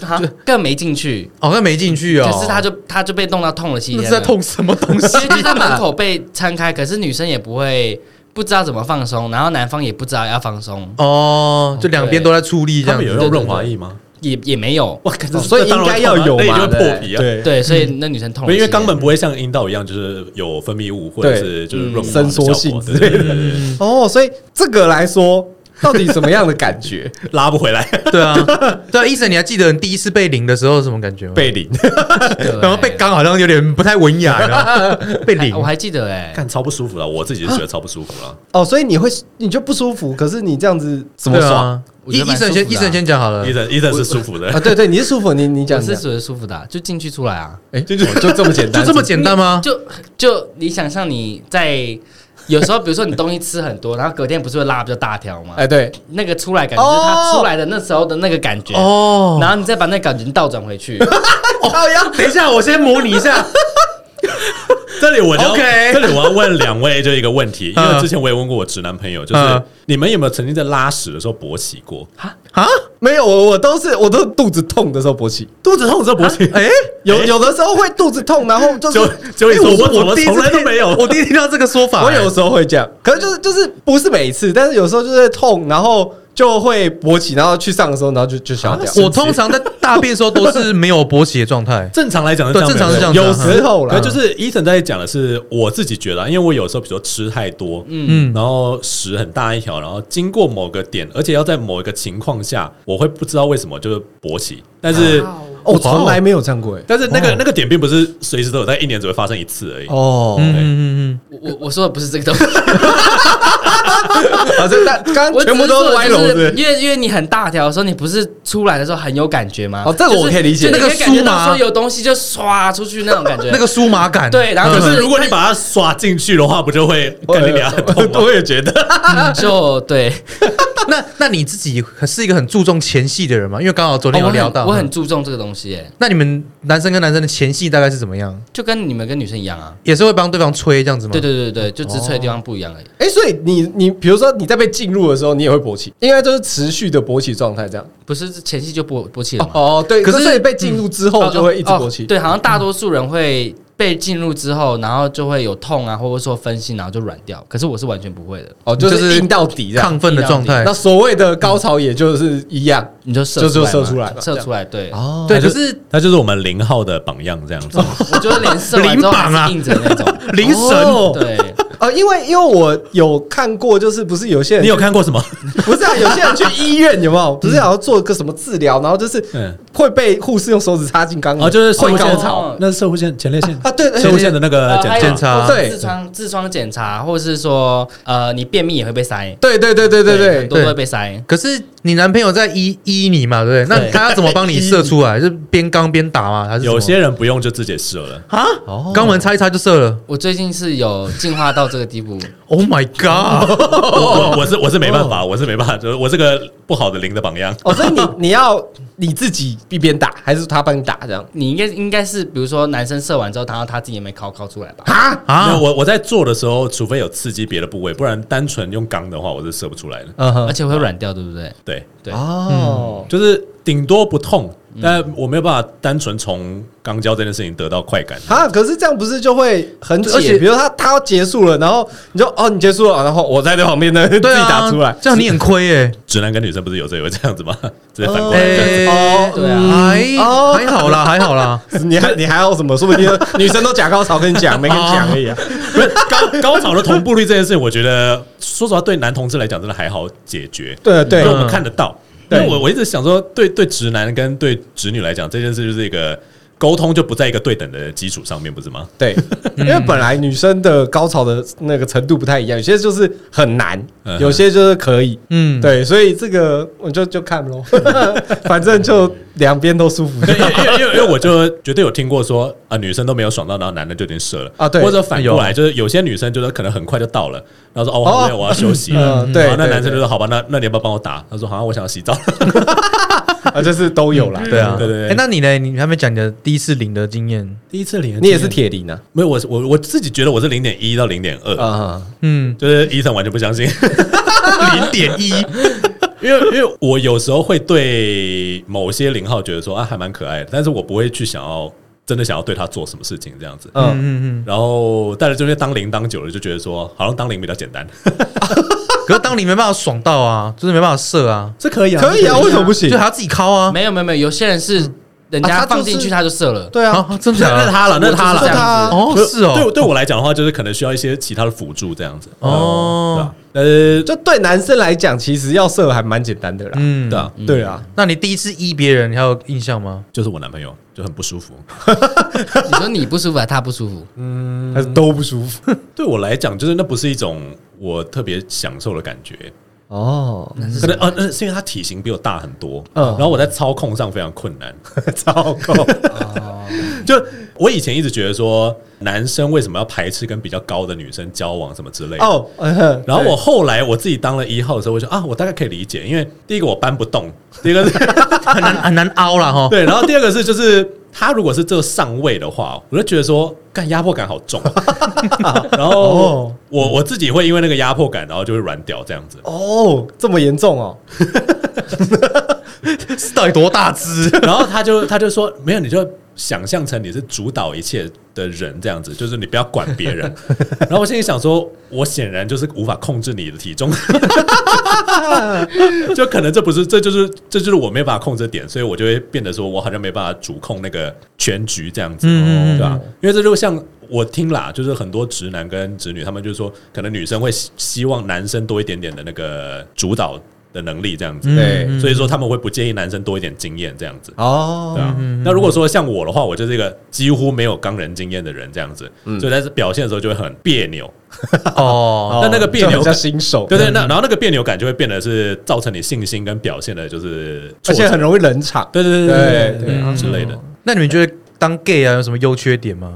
她根本没进去，好像没进去哦，可是她就她就被弄到痛了七那天是了，在痛啊什么东西因为就在门口被撑开，可是女生也不会不知道怎么放松，然后男方也不知道要放松， 哦？就两边都在出力这他样们有子，用润滑液吗？哦也也没有。哇，可是 所以那当应然该要有那你就嘛，会对破皮啊。对，对，所以那女生痛了因七为天，肛门不会像阴道一样，就是有分泌物或者对是就是润滑的嗯伸缩效性果嗯之对对类的对对对对哦，所以这个来说，到底什么样的感觉？ 拉不回来。 对啊，对啊，医生，你还记得你第一次被淋的时候是什么感觉吗？被领，对然后被刚好像有点不太文雅，你知 道吗被领我。还记得哎、看超不舒服了，我自己是觉得超不舒服 了。哦，所以你会你就不舒服，可是你这样子怎么对爽啊啊？我医觉得医蛮舒生服的啊先医生先讲好了医，生医生是舒服的，对对，你是舒服，你你我讲是是觉得舒服的啊、就进去出来啊，哎，就就就这么简单，就 这么简单吗？就就你想象你在有时候，比如说你东西吃很多，然后隔天不是会拉比较大条吗？哎，对，那个出来感觉就是它出来的那时候的那个感觉，哦，然后你再把那感觉倒转回去，哦哎要等一下，我先模拟一 下。 这里我就要 OK 这里我要问两位就一个问题，因为之前我也问过我直男朋友，就是嗯你们有没有曾经在拉屎的时候勃起过？啊，没有我我都是我都是肚子痛的时候勃起，啊肚子痛的时候勃起？哎，有有的时候会肚子痛，然后就就是就你哎说我我怎么第一从次来都听没 有？。我第一次听到这个说法。我有时候会这样，可是就是就是不是每次，但是有时候就是痛，然后就会勃起，然后去上的时候，然后就就消掉。哎我通常在大便的时候都是没有勃起的状态正常来讲是这对样，正常是这样子有啊时候啦，可就是伊森在讲的是我自己觉得啊、因为我有时候比如说吃太多，嗯，然后屎很大一条，然后经过某个点，而且要在某一个情况下，我会不知道为什么就是勃起，但是、哦我从来没有这样过。哎但是那个、哦那个点并不是随时都有，在一年只会发生一次而已。哦，嗯嗯嗯我我我说的不是这个东西，啊，这大刚刚我全部都只是说歪楼就是子。因为因为你很大条的时候，你不是出来的时候很有感觉吗？哦这个就是我可以理解就你那个会感觉酥麻到说有东西就唰出去那种感觉，嗯，那个酥麻感。对然后可嗯是如果你把它刷进去的话，不就会我跟你俩痛吗？我也觉得，就对。那那你自己是一个很注重前戏的人吗？因为刚好昨天哦有我很聊到，我很注重这个东西耶，那你们男生跟男生的前戏大概是怎么样？就跟你们跟女生一样啊。也是会帮对方吹这样子吗？对对对对，就只吹的地方不一样而已。哎，所以你你比如说你在被进入的时候，你也会勃起，应该就是持续的勃起状态这样。不是前戏就勃勃起了哦吗？哦，对，可可是是被进入之后就会一直嗯哦勃起。哦对，好像大多数人会被进入之后，然后就会有痛啊，或者说分心，然后就软掉。可是我是完全不会的，哦，就就是是硬到底这样。亢奋的状态那。所谓的高潮，也就是一样。你就射就就嘛射出来了射出来。对，哦对，他可就是他就是我们零号的榜样这样子。我觉得连射 完之后啊还是硬着那种。灵神哦对，呃，因为因为我有看过，就是不是有些人你有看过什么？不是啊？有些人去医院有没有？不是要做个什么治疗，然后就是嗯会被护士用手指插进肛门，哦，就是会射高线潮哦那是射护线前列腺啊！对，射护线的那个 呃还检检查有查对痔疮痔疮检查，或者是说呃，你便秘也会被塞。对对对对对对很多都对会被塞。可是你男朋友在依依你嘛，对不对？那对他要怎么帮你射出 来？是边刚边打吗？还是什么有些人不用就自己射 了，啊，哦肛门擦一擦就射了。我最近是有进化到这个地步， Oh my god！我我我是我是没办法，我是没办法，就是我是个不好的零的榜样。哦，所以你你要你自己一边打，还是他帮你打这样？你应该应该是比如说男生射完之后，然后他自己也没烤烤出来吧？啊，没有啊，我我在做的时候，除非有刺激别的部位，不然单纯用钢的话，我是射不出来的。嗯而哼，且会软掉，对不对？对，对，嗯哦，就是顶多不痛，嗯但我没有办法单纯从钢胶这件事情得到快感。啊，可是这样不是就会很而且解？比如他他要结束了，然后你就哦，你结束了，然后我在这旁边呢，自己对啊，打出来，这样你很亏哎。直男跟女生不是有这有这样子 吗？直接反过来。 哎，哦对啊还哦还好啦，还好啦。你还你还要什么？说不定女生都假高潮跟你讲，没跟你讲而已啊。不是高高潮的同步率这件事，我觉得说实话，对男同志来讲真的还好解决，对对因为我们看得到。对但我我一直想说，对对，直男跟对直女来讲，这件事就是一个沟通就不在一个对等的基础上面，不 是吗？对，因为本来女生的高潮的那个程度不太一样，有些就是很难嗯，哼有些就是可以。嗯，对，所以这个我就就看咯，反正就两边都舒服就对，因为因为因为因为我就绝对有听过说啊、女生都没有爽到，然后男的就已经射了啊对或者反过有来就是有些女生就是可能很快就到了，然后说哦我哦好累，我要休息了，嗯对然后那对男生就对说好吧，那那你要不要帮我打？他说好，我想要洗澡，啊，就是都有啦。对啊，对对对哎，那你呢？你还没讲你的第一次领的经验？第一次零，你也是铁零啊没有我是我我自己觉得我是零点一到零点二，啊，嗯，就是医生完全不相信， 零点一。因为因为我有时候会对某些零号觉得说啊还蛮可爱的，但是我不会去想要真的想要对他做什么事情这样子。嗯嗯，嗯嗯。然后，但是就是当零当久了，就觉得说，好像当零比较简单，可是当你没办法爽到啊，就是没办法射啊，这可以可以啊，为什么不行就？还要自己敲啊。没有没有没有，有些人是人啊他就是家放进去他就射了，对啊，啊，真的那假那的？他了，那他我了，就是这样子哦，可是哦，对我对我来讲的话，就是可能需要一些其他的辅助这样子。哦对啊，呃，就对男生来讲，其实要射还蛮简单的啦。嗯对啊，对啊，那你第一次依别人，你还有印象吗？就是我男朋友就很不舒服。你说你不舒服还是他不舒服？还是都不舒服。对我来讲，就是那不是一种我特别享受的感觉，哦，可能呃，那是因为他体型比我大很多，嗯然后我在操控上非常困难。 糟糕，就我以前一直觉得说，男生为什么要排斥跟比较高的女生交往什么之类的。哦， 嗯哼然后我后来我自己当了一号的时候，我就啊，我大概可以理解，因为第一个我搬不动，第一个 是很难很难凹啦哈。对，然后第二个是就是他如果是这个上位的话，我就觉得说，干压迫感好 重。然后哦我我自己会因为那个压哦 迫感，然后就会软掉这样子。哦，这么严重哦，是到底多大只？ 然后他就他就说没有，你就想象成你是主导一切的人这样子，就是你不要管别人。然后我心里想说，我显然就是无法控制你的体重， 就可能这不是，这就是这就是我没办法控制的点，所以我就会变得说我好像没办法主控那个全局这样子，嗯对啊吧、因为这就像。我听啦，就是很多直男跟直女，他们就说，可能女生会希希望男生多一点点的那个主导的能力，这样嗯子。对所以说他们会不建议男生多一点经验这样子。对哦，啊，那如果说像我的话，我就是一个几乎没有钢人经验的人，这样子，嗯所以在表现的时候就会很别扭。哦，但那个别扭就很像新手，对对，那然后那个别扭感就会变得是造成你信心跟表现的就是挫而折，且很容易冷场。对对对对嗯对之类的。啊那你们觉得当 gay 啊有什么优缺点吗？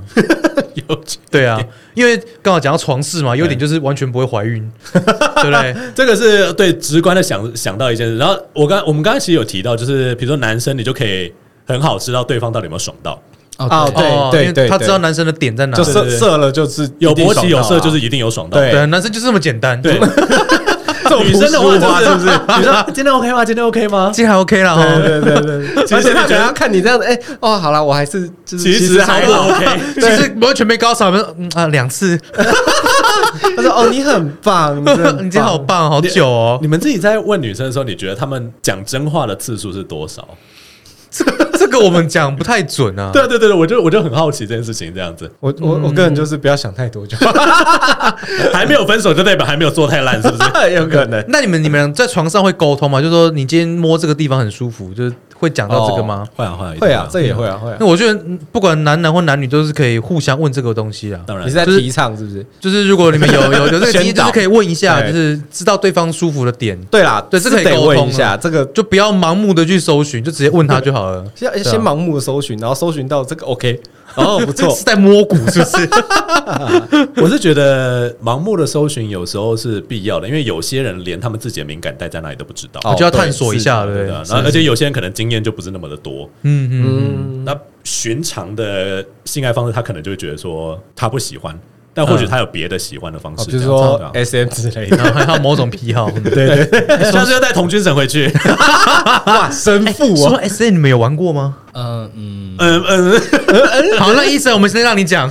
有对啊，因为刚好讲到床事嘛，优点就是完全不会怀孕，对不对？这个是对直观的想想到一件事。然后我刚我们刚才其实有提到，就是比如说男生你就可以很好知道对方到底有没有爽到，哦对哦对因为对他对知道男生的点在哪就里。射对对射了就是有一定勃起有爽到色啊就是一定有爽到。对对，男生就这么简单。对， 这种女生的话朴实无华就是是不是？ 你说今天 OK 吗？今天 OK 吗？这还 OK 啦，哦，对对对对， 其实而且他你可觉得能要看你这样子，哎哦，好了，我还是就是其实还还好。好 OK。其实完全没高潮，我们嗯啊两次， 他说哦，你很棒，真 的很 你今天好棒棒，好久哦你，们自己在问女生的时候，你觉得她们讲真话的次数是多少？这个我们讲不太准啊。对啊对对对，我就我就很好奇这件事情，这样 子我我我个人就是不要想太多就好，还没有分手就代表还没 有做太烂，是不是？有可能。那你们你们在床上会沟通吗？就说你今天摸这个地方很舒服，就是会讲到这个吗？会啊会啊会啊，这也会啊，会啊那。我觉得嗯不管男男或男女都是可以互相问这个东西啊。当然你是在就是提倡是不是？就是如果你们有 有有这个经验，宣就导是可以问一下，对就是知道对方舒服的点，对啦，对这是可以得沟通问啊一下，这个就不要盲目的去搜寻，就直接问他就好了。先先盲目的搜寻，然后搜寻到这个 OK，哦不错 是，在摸骨是不是？我是觉得盲目的搜寻有时候是必要的，因为有些人连他们自己的敏感带在哪里都不知道， 哦就要探索一下，对对不啊对？然后而且有些人可能经验就不是那么的多，嗯嗯，嗯，那寻常的性爱方式，他可能就会觉得说他不喜欢，但或许他有别的喜欢的方哦式，比如这样说子对啊 SM 之类然的，后还有某种癖好。 对对，下次要带童军绳回去。哇，神父说啊， S N 你们有玩过吗？嗯嗯，嗯嗯，好，那医生，我们先让你讲，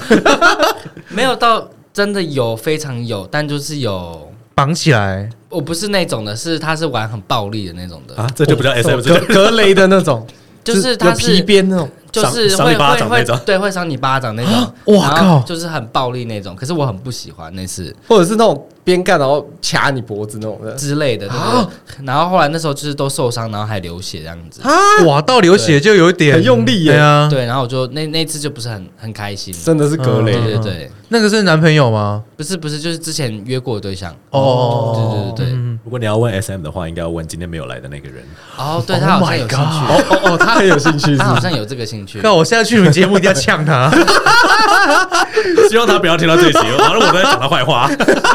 没有到真的有非常有，但就是有，绑起来。我不是那种的，是他是玩很暴力的那种 的，啊，这就不叫 S M，这格就格雷的那种，就是他有皮是鞭那种，就是赏赏会你巴掌会会那种对会赏你巴掌那种，哇然后靠就是很暴力那种，可是我很不喜欢那次或者是那种边干然后掐你脖子那种的之类的，对对然后后来那时候就是都受伤，然后还流血这样子，啊，哇，到流血就有一点很用力耶对啊，对，然后我就那那次就不是很很开心，真的是格雷对嗯对对，那个是男朋友吗？不是不是，就是之前约过的对象，哦，对对对对嗯如果你要问 S M 的话，应该要问今天没有来的那个人。 哦，对 Oh 他好像有兴 my 趣，哦 哦哦，他很有兴趣，是他不好是？像有这个兴趣，那我现在去你们节目一定要 呛他。希望他不要听到这一集，完了我在讲他坏话。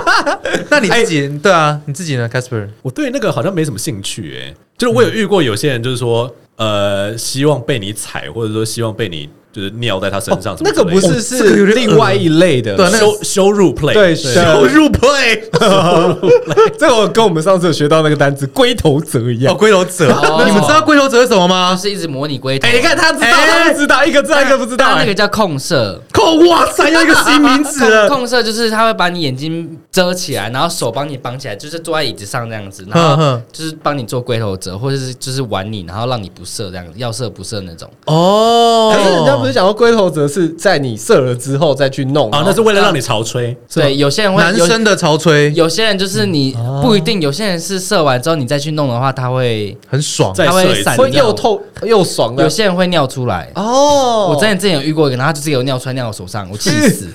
那你自哎己对啊，你自己呢，Casper？我对那个好像没什么兴趣、欸，就是我有遇过有些人，就是说，呃，希望被你踩，或者说希望被你就是尿在他身上、什么哦那个之类不哦的是这个有是点恶另外一类的，对那个羞羞辱 play，对投 入 play 这个我跟我们上次有学到那个单词“龟头泽”一哦，样。龟头者哦，你们知道龟头者是什么就吗？是一直模拟龟头，哎，你看他知道，哎他不知道，一个知道，一个不知道。但那哎个叫控射，靠，哇塞，又一个新名字控 了。控色就是他会把你眼睛遮起来，然后手帮你绑起来，就是坐在椅子上这样子，然哼后哼就是帮你做龟头折，或者是就是玩你，然后让你不射这样子，要射不射那种。哦可是人家不是讲说龟头泽是在你射了之后再去弄啊，那是为了让你潮吹，是对，吗，有些人会男有生的潮吹有些人就是你不一定，有些人是射完之后你再去弄的话，他会很爽，再他射会一闪次会尿又，透又爽啊有的些人会尿出来。哦我之前之前有遇过一个，然后他就自己有尿出来尿我手上，我气 死，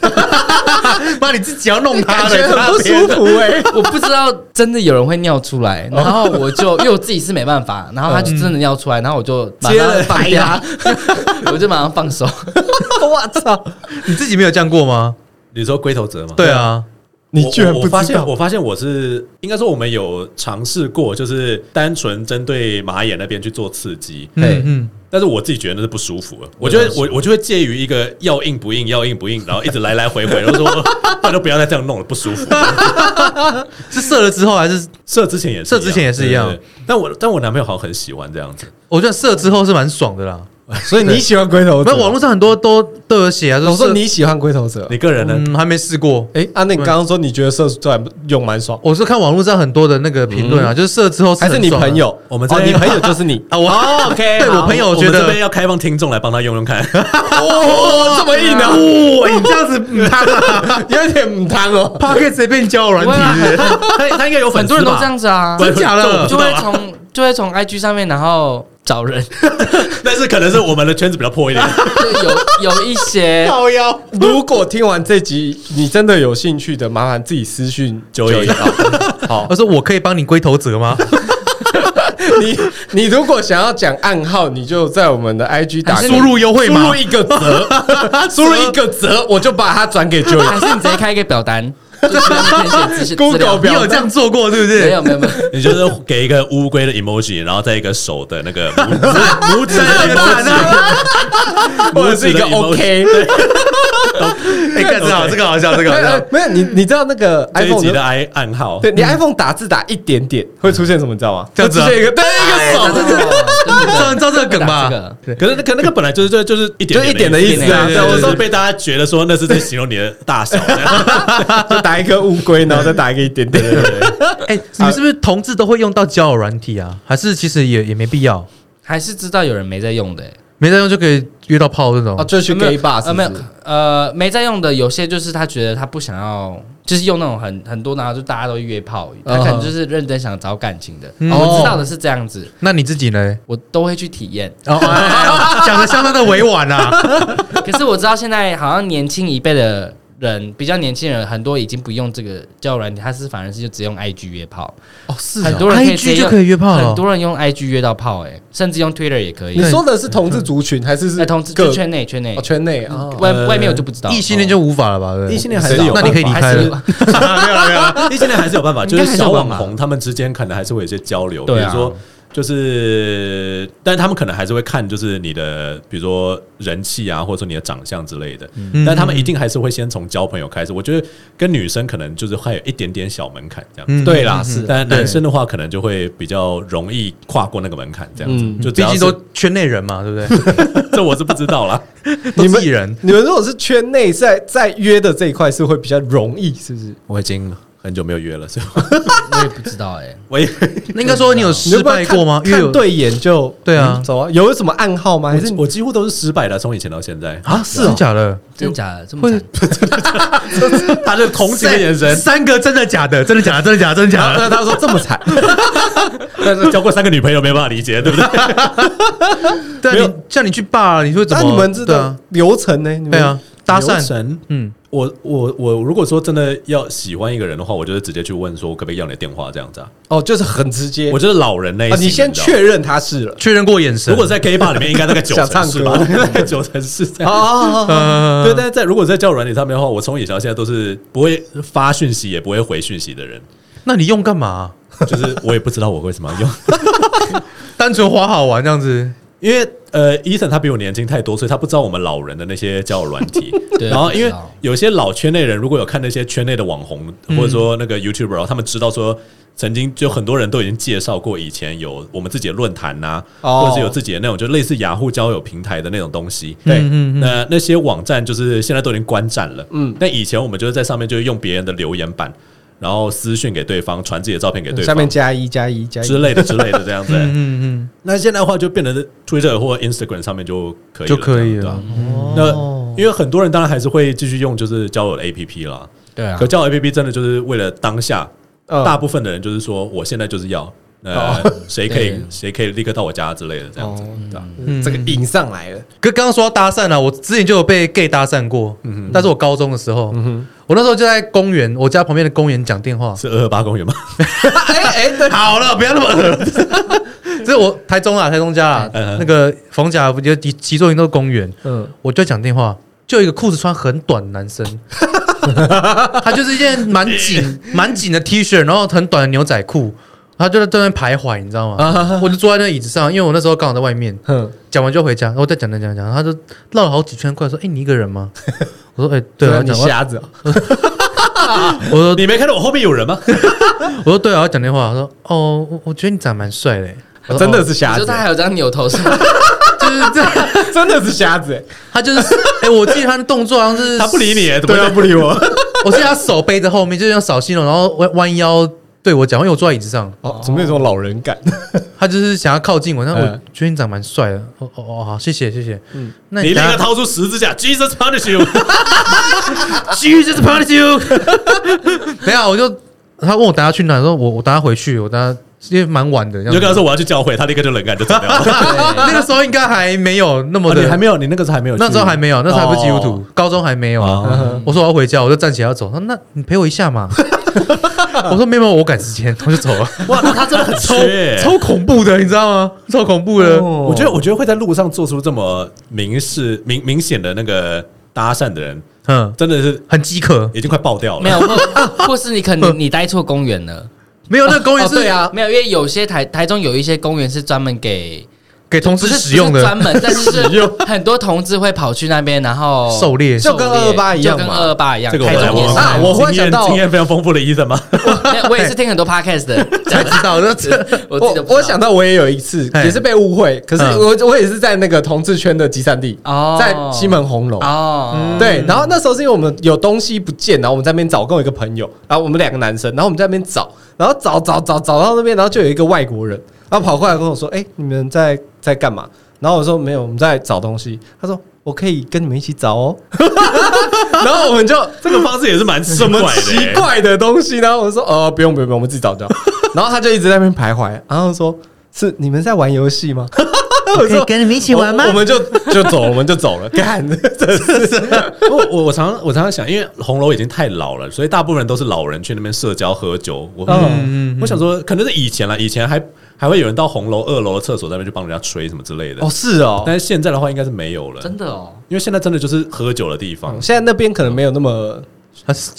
妈你自己要弄他感的，觉很不舒服哎。我不知道真的有人会尿出哦来，然后我就因为我自己是没办法，然后他就真的尿出来，然后我就马接上了放拍掉 他，我就马上 放手。我操！你自己没有这样过吗？你说龟头折吗？对，啊，我你居然我不我发知道现，我发现我是应该说我们有尝试过，就是单纯针对马眼那边去做刺激，对嗯嗯，但是我自己觉得那是不舒服的。我觉得我我就会介于一个要硬不硬，要硬不硬，然后一直来来回回，然后说那就不要再这样弄了，不舒服。是射了之后还是？射之前也是射之前也是一样对对对但我但我男朋友好像很喜欢这样子，我觉得射之后是蛮爽的啦。所以你喜欢龟头者？那网络上很多都都有写啊，就我是说射你喜欢龟头者。你个人呢？嗯还没试过。哎，啊，那你刚刚说你觉得射出来用蛮爽，我是看网络上很多的那个评论啊，就是射之后还是很你爽的朋友？我们哦，这你朋友就是 你啊？我哦 OK，对我好朋友我觉们这得边要开放听众来帮他用用看，哦，这么硬啊！哇，你这样子 嗯他有点母汤哦。 p o c k e t 随便交友软不会啊体是不是，他他应该有粉很丝多吧人都这样子啊，真假 这的我不知就道会啊从就会从 IG 上面然后 找人，但是可能是我们的圈子比较破一点。就有有一 些靠腰。如果听完这集你真的有兴趣的，麻烦自己私讯九一一。我说我可以帮你龟头折吗？ 你你如果想要讲暗号，你就在我们的 IG 打还是勾你哎输入优惠输入码，一个 折，输入一个折，我就把它转给九一。还是你直接开一个表 单，就是让你填写资资 Google 料。你表有这样做过对不没对有？没有 没有，你就是给一个乌龟的 emoji，然后再一个手的那个拇 指拇指的蛋 emoji，啊！或者是一个拇指的 emoji OK。哎，看这好，这个好 笑，这个好没笑有。没有你，你知道那个这一 iPhone 集的的， i 暗号，对你 iPhone 打字打一点点会出现什么，你知道吗？嗯这样子啊会出现一个对一个手，知道知道这个梗吧打这个？对，可是可那个本来就是就就是一点就一点的意思啊。一点的意思对，我我说说被大家觉得说那是在形容你的大小，啊啊就打一颗乌龟，然后再打一个一点点。哎，你们是不是同志都会用到交友软体啊？还是其实也也没必要，还是知道有人没在用的欸。没在用就可以约到炮这种哦，？就去 gay bar 是呃不没是有？呃没在用的，有些就是他觉得他不想要，就是用那种很很多，然后就大家都约炮，嗯他可能就是认真想找感情的。嗯我知道的是这样子，那你自己呢？我都会去体 验。哦，哎哎哎 讲的相当的委婉啊。可是我知道现在好像年轻一辈的人，比较年轻人很多已经不用这个交友软体，他是反而是就只用 IG 约炮，哦，是很啊。多人可以 IG 直接用哎就可以约炮了嗯很多人用 IG 约到炮，哎，甚至用 Twitter 也可以你。说的是同志族群还是哎，是同志各就圈内圈内嗯哦，圈内啊？外外面我就不知道。异性恋就无法了吧？对不对异性恋还是有那你可以离开还是有了。没有了没有了。异性恋还是有办法，应就该是还是小有办网法红他们之间可能还是会有一些交流，比对啊如说。就是，但是他们可能还是会看，就是你的，比如说人气啊，或者说你的长相之类的。但他们一定还是会先从交朋友开始。我觉得跟女生可能就是还有一点点小门槛这样子。嗯对啦，是但男生的话，可能就会比较容易跨过那个门槛，这样子。嗯就只毕要竟是都圈内人嘛，对不对？这我是不知道啦。都是艺人，你们如果是圈内，在在约的这一块是会比较容易，是不是？ 我已经很久没有约了，所以我也不知道哎。我也那应该说你有你会失不会败看过吗？因为看有对眼就对啊嗯走啊，有什么暗号吗？还是我几乎都是失败的，从以前到现在。啊，是真假的？真假的这么惨？他的同情的眼三神，三个真的假的？真的假的？真的假的？真的假的？啊那他说这么 惨，但是交过三个女朋友没办法理解，对 不对？对没啊，有你像你去霸，你会怎那么？你们这对啊个，流程呢？你们对啊，，搭流讪，程嗯，我我我如果说真的要喜欢一个人的话，我就是直接去问说可不可以要你的电话这样子啊。哦，就是很直接。我就是老人那一啊，型的，你先知道吗。确认他是了。确认过眼神。如果在 gay bar 里面，应该大概九想唱成歌是吧？ 大概九成 是这样。哦，哦呃，对，但是在如果在交友软体上面的话，我从以前到现在都是不会发讯息，也不会回讯息的人，那你用干嘛？就是我也不知道我为什么要用，单纯滑好玩这样子，因为呃，伊森他比我年轻太多，所以他不知道我们老人的那些交友软体。对然后因为不知道有些老圈内人如果有看那些圈内的网红或者说那个 YouTuber，然后他们知道说。曾经就很多人都已经介绍过，以前有我们自己的论坛呐、哦或者是有自己的那种就类似雅虎交友平台的那种东西。对嗯嗯嗯，那那些网站就是现在都已经关站了，嗯嗯，那以前我们就是在上面就是用别人的留言板，然后私讯给对方，传自己的照片给对下方面加一加一加一之类的之类的这样子。 嗯嗯那现在的话就变成 Twitter 或 Instagram 上面就可以就可以了嗯这样对吧啊那因为很多人当然还是会继续用就是交友的 APP 啦，对啊可，交友 APP 真的就是为了当下，嗯大部分的人就是说我现在就是要。呃，哦谁可以谁可以立刻到我家之类的这样子，对吧？嗯这个引上来 了。可刚刚说到搭讪啊，我之前就有被 gay 搭讪过，但是我高中的时候，我那时候就在公园，我家旁边的公园讲电话。 是二二八公园吗？哎哎，对，好了，不要那么恶这是我台中啊，台中家啊，嗯嗯那个逢甲不就集集中营都是公园，嗯，我就在讲电话，就有一个裤子穿很短的男生， 他就是一件蛮紧蛮紧的 T 恤，然后很短的牛仔裤，他就在那边徘徊，你知道吗？我就坐在那椅子上，因为我那时候刚好在外面，哼，嗯讲完就回家，然后再讲讲讲讲，他就绕了好几圈过来说：“哎、你一个人吗？”我说：“哎、对啊， 你讲话。瞎子哦，我说：“你没看到我后面有人吗？我说对啊，我要讲电话。他说哦，我我觉得你长得蛮帅的欸。我说啊啊真的哦是你瞎说子他，还有张扭头是吗？就是这样， 真的是瞎子，欸他就是 哎，我记得他的动作好像是他不理你耶，怎么对啊，会不理我。我记得他手背着后面，就是用扫兴了，然后弯弯腰对我讲，因为我坐在椅子上，哦，怎么有这种老人感？哦他就是想要靠近我，但我嗯觉得你长得蛮帅的。哦哦哦，好，谢谢谢谢。嗯，那 你立等刻下掏出十字架，Jesus punish you！ Jesus punish you！等一下我就他问我等下去哪，我说我我等下回去，我等下因为蛮晚的，这你样就子跟他说我要去教会，他立刻就冷感就走 掉了。那个时候应该还没有那么哦的，你还没有，你那个时候还没有去，那时候还没有，那时候还不是基督徒哦，高中还没有啊。 哦我说我要回家，我就站起来要走。他说那你陪我一下嘛。 我说没有，没有，我赶时间，我就走了。哇，那他真的很超缺。超恐怖的，你知道吗？超恐怖的。我觉得，我觉得会在路上做出这么明示、明明显的那个搭讪的人，嗯，真的是很饥渴。已经快爆掉了。 没有，或或是你可能你待错公园了。没有，那个公哦园是对啊，没有，因为有些台台中有一些公园是专门给给同不事是使用不是的专。门，但是就是很多同志会跑去那边，然后狩猎就跟狩猎228一样就跟嘛二八一样。这个我台来中问也问 是看啊 我忽然经验想到经验非常丰富的医 生吗？没有我也是听很多 podcast 的，才知道，那这我自己我都不知道我想到我也有一次，嘿也是被误会，可是嗯我我也是在那个同志圈的集散地，哦在西门红楼。哦，对，然后那时候是因为我们有东西不见，然后我们在那边找，跟我一个朋友，然后我们两个男生，然后我们在那边找，然后找找找找到那边，然后就有一个外国人，然后跑过来跟我说：“哎、你们在在干嘛？”然后我说：“没有，我们在找东西。”他说：“我可以跟你们一起找哦。” 然后我们就这个方式也是蛮奇什么怪的奇欸，怪的东西，然后我说：“呃，不用不用不用，我们自己找掉。”然后他就一直在那边徘徊，然后说：“是你们在玩游戏吗？”我说：“跟你们一起我我们就就走了，我们就走了。干，真是我我我常我常常想，因为红楼已经太老了，所以大部分人都是老人去那边社交喝酒。我、嗯我想说，可能是以前啦，以前还还会有人到红楼二楼的厕所那边去帮人家吹什么之类的。 哦，是哦，但是现在的话，应该是没有了，真的哦，因为现在真的就是喝酒的地方。哦现在那边可能没有那么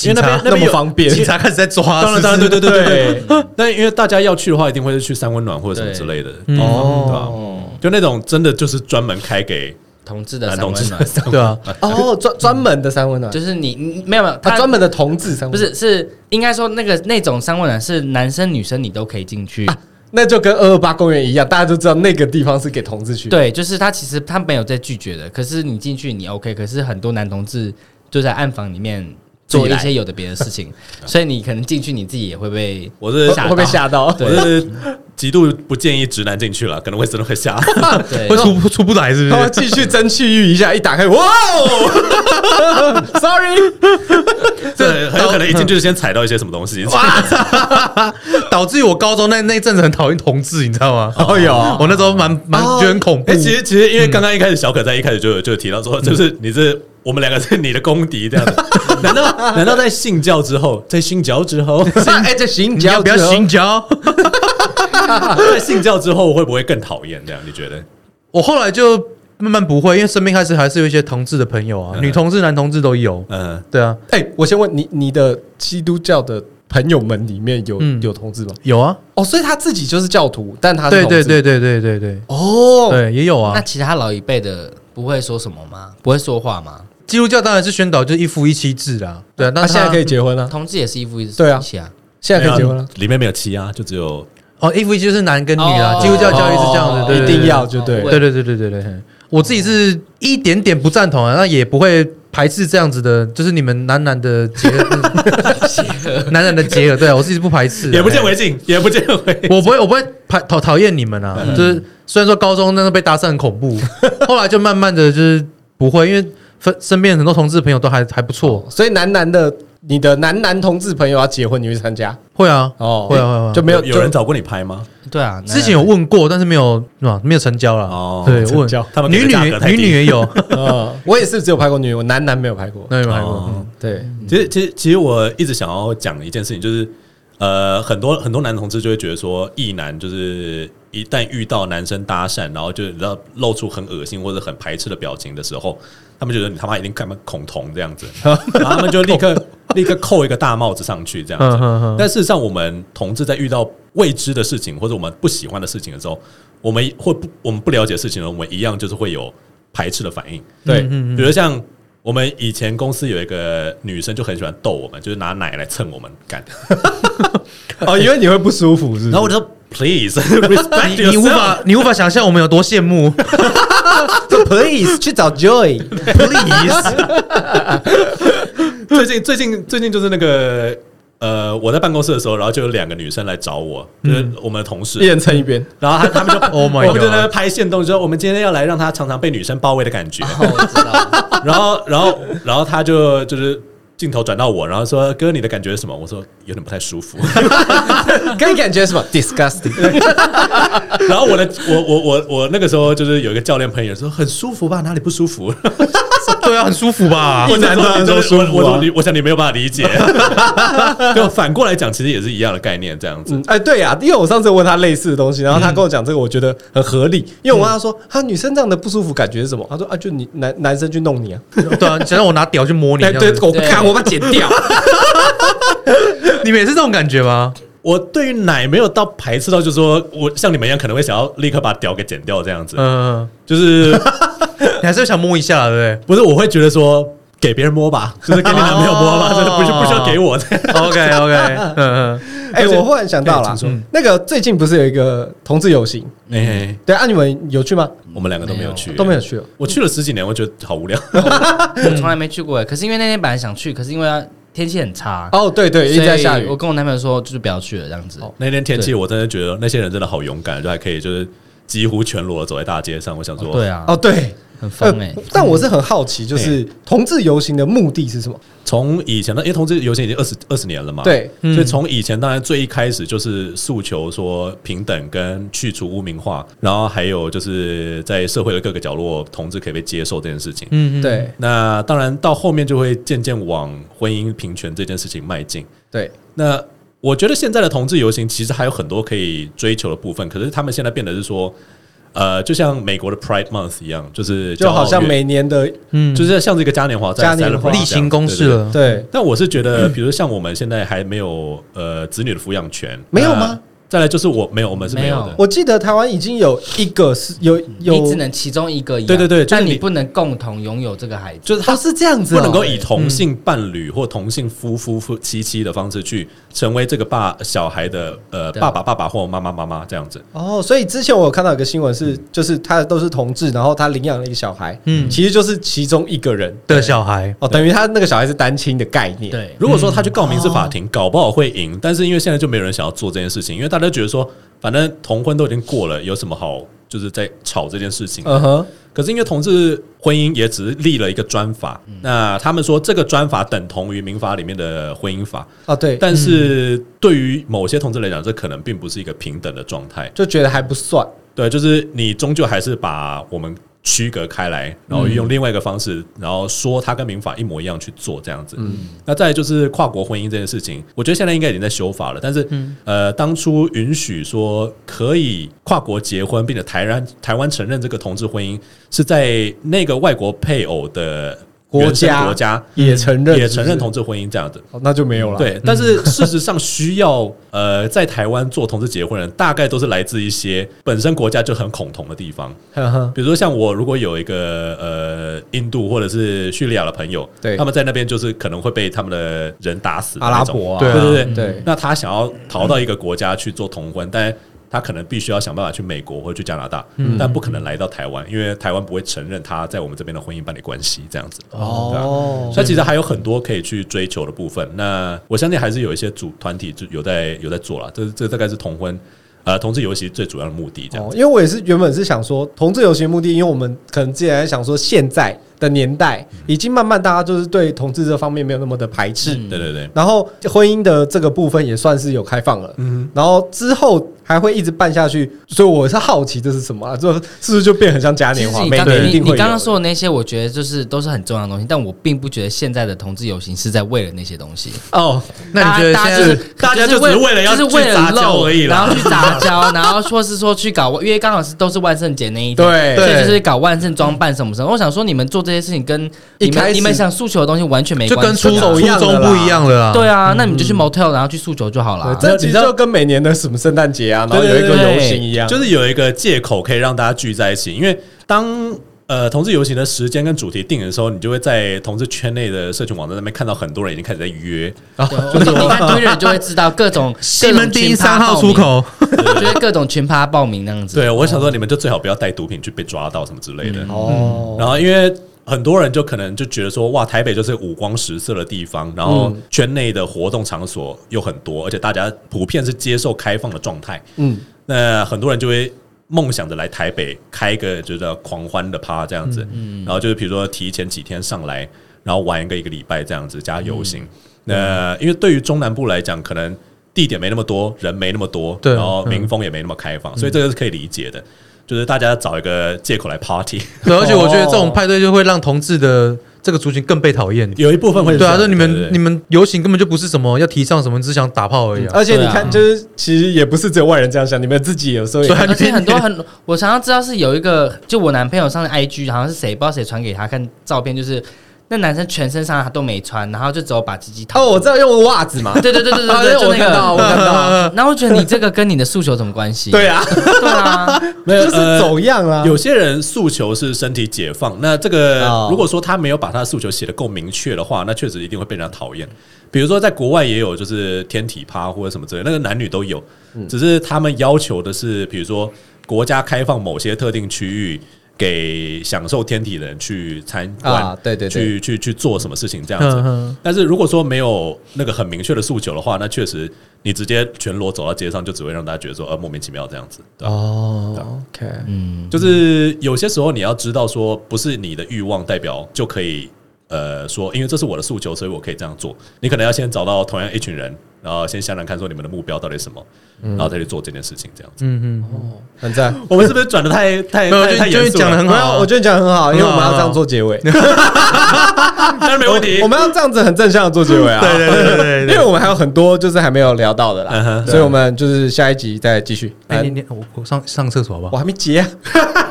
因为那边那么有方便，警察开始在抓，当然，当然，是对不对是对对对。 但因为大家要去的话，一定会是去三温暖或者什么之类的地方，对吧？哦，就那种真的就是专门开给同志的男三同温志暖的，三温 对啊，哦，专专门的三温暖， 就是你你没有没有，他他啊专门的同志三温暖，不是是应该说那个那种三温暖是男生女生你都可以进去。那就跟二二八公园一样，大家都知道那个地方是给同志去。，对，就是他其实他没有在拒绝的，可是你进去你 OK，可是很多男同志就在暗房里面做自己一来些有的别的事 情，所以你可能进去你自己也会被我是会被吓到。我是极度不建议直男进去了，可能会真的 会吓。对会出出不来，是不他是们？继续争气欲一下，一打开，哇哦 ，sorry，对，很有可能一进去就先踩到一些什么东西。 导致于我高中那那一阵子很讨厌同志，你知道吗？哦哟我那时候蛮蛮哦觉得很恐怖哎、。其实其实因为刚刚一开始小可在一开始就有就有提到说，就是你这我们两个是你的公敌这 样子。难道难道在信教之后，在信教之后， 哎，这行，你要不要行？行交？在信教之后会不会更讨厌？这样你觉得？我后来就慢慢不会，因为身边开始还是有一些同志的朋友啊，嗯女同志、男同志都有。嗯，对啊，哎、我先问你，你的基督教的朋友们里面有、嗯有同志吗？有啊，哦，所以他自己就是教徒，但他是对同志对对对对对对，哦，对也有啊那。其他老一辈的不会说什么吗？不会说话吗？基督教当然是宣导就是一夫一妻制啦。对啊，那、那现在可以结婚了、同志也是一夫一妻对啊啊，现在可以结婚了、里面没有妻啊，就只有哦，一夫一妻就是男跟女哦啦。基督教教育是这样子，哦对一定要就对对对对对对对对。我自己是一点点不赞同啊，那也不会排斥这样子的，就是你们男男的结 合，男男的结合。对啊，哎我自己是不排斥的，也不见为净，也不见为。 我不会，我不会排讨讨厌你们啊。就是虽然说高中那时候被搭讪很恐怖，后来就慢慢的就是不会，因为分身边很多同志朋友都还还不错。哦所以男男的，你的男男同志朋友要结婚，你会参加？会啊，哦会啊会啊会啊就没有有人找过你拍吗？对啊，之前有问过，但是没有是吧？没有成交了。哦对，成问交他们给女的女价格太女低女也有，嗯， 我也是只有拍过女，我男男没有拍过。那有没有拍过？哦嗯对，其实，其实，其实我一直想要讲一件事情，就是呃，很多很多男同志就会觉得说，异男就是一旦遇到男生搭讪，然后就露露出很恶心或者很 排斥的表情的时候，他们觉得你他妈一定干嘛恐同这样子，然后他们就立刻立刻扣一个大帽子上去这样嗯子。嗯嗯，但事实上，我们同志在遇到未知的事情或者我们不喜欢的事情的时候，我们会不我们不了解的事情呢，我们一样就是会有排斥的反应。对嗯，嗯嗯比如像我们以前公司有一个女生就很喜欢逗我们，就是拿奶来蹭我们干，哦，因为你会不舒服，是不是？ 然后我就说 please respect 你你无 yourself。法你无法想象我们有多羡慕。就 please 去找 Joy， Please，最近最近最近就是那个呃，我在办公室的时候，然后就有两个女生来找我，就是我们的同事一，人撑一边。然后他他们就嗯 Oh my 我们就在那 God 拍线动，就说我们今天要来让她常常被女生包围的 感觉。哦，我知 道，然后然后然后他就就是。镜头转到我，然后说：“哥，你的感觉是什么？”我说：“有点不太舒服。 跟你感觉是什么？disgusting。” 然后我的我我我我那个时候就是有一个教练朋友说：“很舒服吧？哪里不舒服？”对啊，很舒服吧？ 我一男的想说都你舒服啊我我我我想你没有办法 理解。就反过来讲，其实也是一样的概念，这样子。嗯，哎，对呀、因为我上次问他类似的东西，然后他跟我讲这个，我觉得很合理。因为我问他说，他女生这样的不舒服感觉是什么？他说啊，就你男男生去弄你啊。对啊，想让我拿屌去摸你哎，这对样，子，我看我把它剪 掉。你们也是这种感觉吗？我对于奶没有到排斥到，就是说我像你们一样，可能会想要立刻把屌给剪掉，这样子。嗯，就是你还是想摸一下啦，对不是我会觉得说给别人 摸吧，就是给你男朋友摸吧，哦真的不是不需要给我的。不对？OK OK，嗯嗯，哎、而且我忽然想到哎了请说，那个最近不是有一个同志游行？哎，对啊，你们有去吗？ 我们两个都没有去，都没有。去哦。我去了十几年，我觉得好无聊。我从来没去过耶。可是因为那天本来想去，可是因为啊天气很差，哦，对对，一直在下所以雨哦我。跟我男朋友说，就是不要去了这样子。那天天气，我真的觉得那些人真的好勇敢，就还可以就是几乎全裸走在大街上。我想说，对啊，哦，对，很疯欸哎。但我是很好奇，就是同志游行的目的是什么？从以前的，因为同志游行已经二十二十年了嘛，对，嗯所以从以前当然最一开始就是诉求说平等跟去除污名化，然后还有就是在社会的各个角落，同志可以被接受这件事情。嗯，嗯，对，那当然到后面就会渐渐往婚姻平权这件事情迈进。对，那我觉得现在的同志游行其实还有很多可以追求的部分，可是他们现在变得是说，呃，就像美国的 Pride Month 一样，就是就好像骄傲月每年的嗯，就就是是像这个嘉年华在嘉年华 celebrate 例行公这事样了。对但我是觉得，比如像我们现在还没有呃子女的抚养权，没有吗那？再来就是我没有，我们是没有没的有。我记得台湾已经有一个是有有，你只能其中一个养，对对对就是但你你不能共同拥有这个孩子。就是哦他是这样子哦，不能够以同性伴侣或同性夫夫夫妻妻的方式去成为这个爸小孩的呃对爸爸爸爸或妈妈妈妈这样子。哦，所以之前我有看到有个新闻是，就是他都是同志，然后他领养了一个小孩，嗯其实就是其中一个人的小孩，哦，等于他那个小孩是单亲的概念，，对，如果说他去告民事法庭，搞不好会赢，但是因为现在就没有人想要做这件事情，因为大家觉得说，反正同婚都已经过了，有什么好就是在吵这件事情？嗯哼，可是因为同志婚姻也只是立了一个专法，那他们说这个专法等同于民法里面的婚姻法，哦对，但是对于某些同志来讲，这可能并不是一个平等的状态。就觉得还不算，对，就是你终究还是把我们区隔开来，然后用另外一个方式，然后说它跟民法一模一样去做这样子。那再来就是跨国婚姻这件事情，我觉得现在应该已经在修法了，但是、嗯呃，当初允许说可以跨国结婚，并且台湾台湾承认这个同志婚姻，是在那个外国配偶的国原生家国家也承认也是承不认是同志婚姻这样子。哦，那就没有了，，对，但是事实上，需要呃，在台湾做同志结婚的人，大概都是来自一些本身国家就很恐同的地方。呵呵，比如说，像我如果有一个呃印度或者是叙利亚的朋友，对他们在那边就是可能会被他们的人打死的阿拉那种伯啊对对对嗯对那他想要逃到一个国家去做同婚，但他可能必须要想办法去美国或者去加拿大，嗯但不可能来到台湾，因为台湾不会承认他在我们这边的婚姻伴侣关系这样子。对啊哦，所以其实还有很多可以去追求的部分。那我相信还是有一些组团体就有在有在做了，这这大概是同婚呃同志游戏最主要的目的这样哦，子。因为我也是原本是想说，同志游行的目的，因为我们可能之前在想说，现在的年代已经慢慢大家就是对同志这方面没有那么的排斥，嗯对对对，然后婚姻的这个部分也算是有开放了，嗯，然后之后还会一直办下去，所以我是好奇这是什么、啊，这是不是就变很像嘉其年实华？你每刚年一你定会你有刚刚说的那些，我觉得就是都是很重要的东西，但我并不觉得现在的同志游行是在为了那些东西。哦，那你觉得大现家在就是大家就就只是为了要就是为去了杂交露而已啦然后去杂交， 然后或是说去搞，因为刚好是都是万圣节那一天，对所以对就是搞万圣装扮什么什么。我想说，你们做这些事情跟一你开始们你们想诉求的东西完全没就跟关系初初啊。手一样的中啦不一样了啦。对啊，那你们就去 motel 然后去诉求就好对了。这其实就跟每年的什么圣诞节啊，然后有一个游行一样，就是有一个借口可以让大家聚在一起，因为当。呃，同志游行的时间跟主题定的时候，你就会在同志圈内的社群网站那边看到很多人已经开始在约，对我一看推人就会知道各种西门町三号出，口，各种群趴报名就是各种群趴报名那样子。对，我想说，你们就嗯最好不要带毒品去被抓到什么之类的。哦，然后，因为很多人就可能就觉得说，哇，台北就是五光十色的地方，然后圈内的活动场所又很多，而且大家普遍是接受开放的状态。嗯，那很多人就会梦想着来台北开个就是狂欢的趴这样子，嗯然后就是比如说提前几天上来，然后玩一个一个礼拜这样子加游嗯行。那因为对于中南部来讲，可能地点没那么多，人没那么多，对然后嗯民风也没那么开放，所以这个是可以理解的。就是大家找一个借口来 party， 对，而且我觉得这种派对就会让同志的这个族群更被讨厌。有一部分会是对啊，这就样你对对们你们游行根本就不是什么要提倡什么，只想打炮而已、啊。而且你对看，啊就是其实也不是只有外人这样想，你们自己有时候也对啊而且很多很，我常常知道是有一个，就我男朋友上的 IG，好像是谁不知道谁传给他看照片，就是那男生全身上下都没穿，然后就只有把鸡鸡套。哦，我知道用袜子嘛，对对对对啊对对，我就那看到，我个。看到， 然后我觉得你这个跟你的诉求有什么关 系？对 啊，对啊，没有就是呃走样啊，有些人诉求是身体解放，那这个哦如果说他没有把他的诉求写得够明确的话，那确实一定会被人家讨厌。比如说，在国外也有就是天体趴或者什么之类，那个男女都有，嗯只是他们要求的是，比如说国家开放某些特定区域给享受天体的人去参观，啊对对对去去去做什么事情这样子。嗯哼，但是如果说没有那个很明确的诉求的话，那确实你直接全裸走到街上，就只会让大家觉得说呃莫名其妙这样子。对吧哦，OK，嗯，就是有些时候你要知道说，不是你的欲望代表就可以呃说，因为这是我的诉求，所以我可以这样做。你可能要先找到同样一群人，然后先想想看说你们的目标到底是什么，然后再去做这件事情，这样子。嗯嗯，很赞。我们是不是转的太太没有太就太严就肃讲得了很？没好有，我觉得你讲得很好，啊因为我们要这样做结尾，当然没问题我。 们要这样子很正向的做结尾啊。对对对对对因为我们还有很多就是还没有聊到的嗯啦，哼所以我们就是下一集再继续。哎、来你你我我上上厕所好不我好？还没结啊，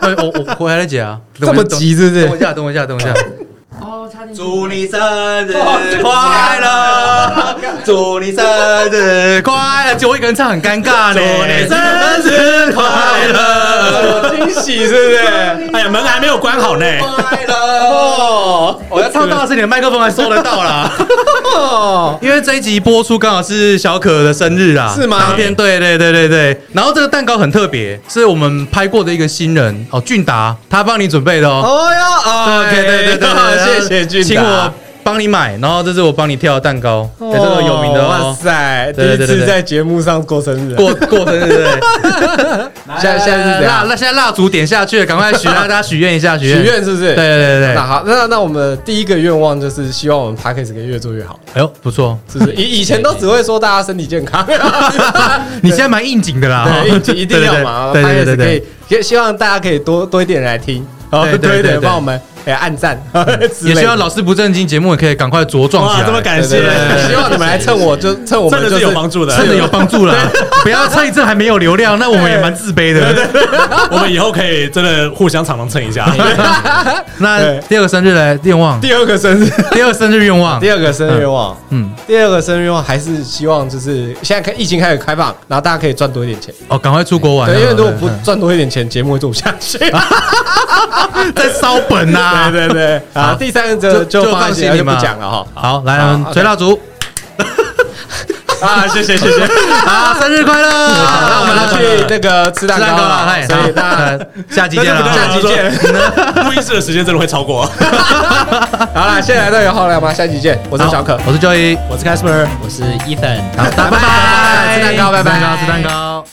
哎我我我回来再解啊，这么急是不等我是？一下，等我一下，等我一下，等我一下。哦，差点祝你生日快乐！ 祝你生日快乐！就我一个人唱很尴尬呢。祝你生日快乐！惊喜是不是？哎呀，门还没有关好呢。快乐！ 我要唱大声点，麦克风还收得到啦。哦， 因为这一集播出刚好是小可的生日啦，是吗当天对对对对对。然后这个蛋糕很特别，是我们拍过的一个新人哦，俊达他帮你准备的哦。哦哟，哎对对 对对对，谢谢俊达，请我帮你买，然后这是我帮你挑的蛋糕，哦对这个有名的哇哦。塞，第对一对对对次在节目上过生日啊，过过生日对，哎哎现在现在是怎蜡样？蜡现在蜡烛点下去了，赶快 许啊大家许愿一下，许许愿。愿是不是？对对对对，那哎好，那那我们第一个愿望就是希望我们 p a c k a g e 可以越做越好，哎呦不错，哦是不 是？以以前都只会说大家身体健康， 你现在蛮应景的啦，对， 一定一定要嘛 p 对 a c k 对 a g e 对可对以，也希望大家可以多多一点人来听，然后对对多一点对对帮我们哎按赞， 对，也希望老老师不正经节目也可以赶快茁壮起哇，来。这么感对对谢，对，希望你们来 蹭我，就蹭我们真的就是有帮助的，真的有帮助啦！不要趁这还没有流量，那我们也蛮自卑的。我们以后可以真的互相常常蹭一下。那对第二个生日来愿望，第二个生 日，第二个生日愿望，第二个生日愿望。嗯，第二个生日愿望还是希望就是现在开疫情开始开放，然后大家可以赚多一点钱。哦，赶快出国玩啊。对，因为如果嗯不赚多一点钱，节目会做不下去。嗯在烧本呐，对对对，啊，第三个就就就放就放心心里就不嘛讲了哈。好，来好我们 OK 吹蜡烛，啊，谢谢谢谢。啊，生日快乐！好，那那 我们要去那个吃蛋吃糕啊蛋糕了，了，嗨，所以大家那下期见那就了，不 下期见。录音室的时间真的会超过。好了，现在来到有好聊吗？下期见，我我是小可，我是 Joey，我是 Casper，我是 Ethan。好，拜拜拜拜，吃蛋糕拜拜吃蛋糕，吃蛋糕。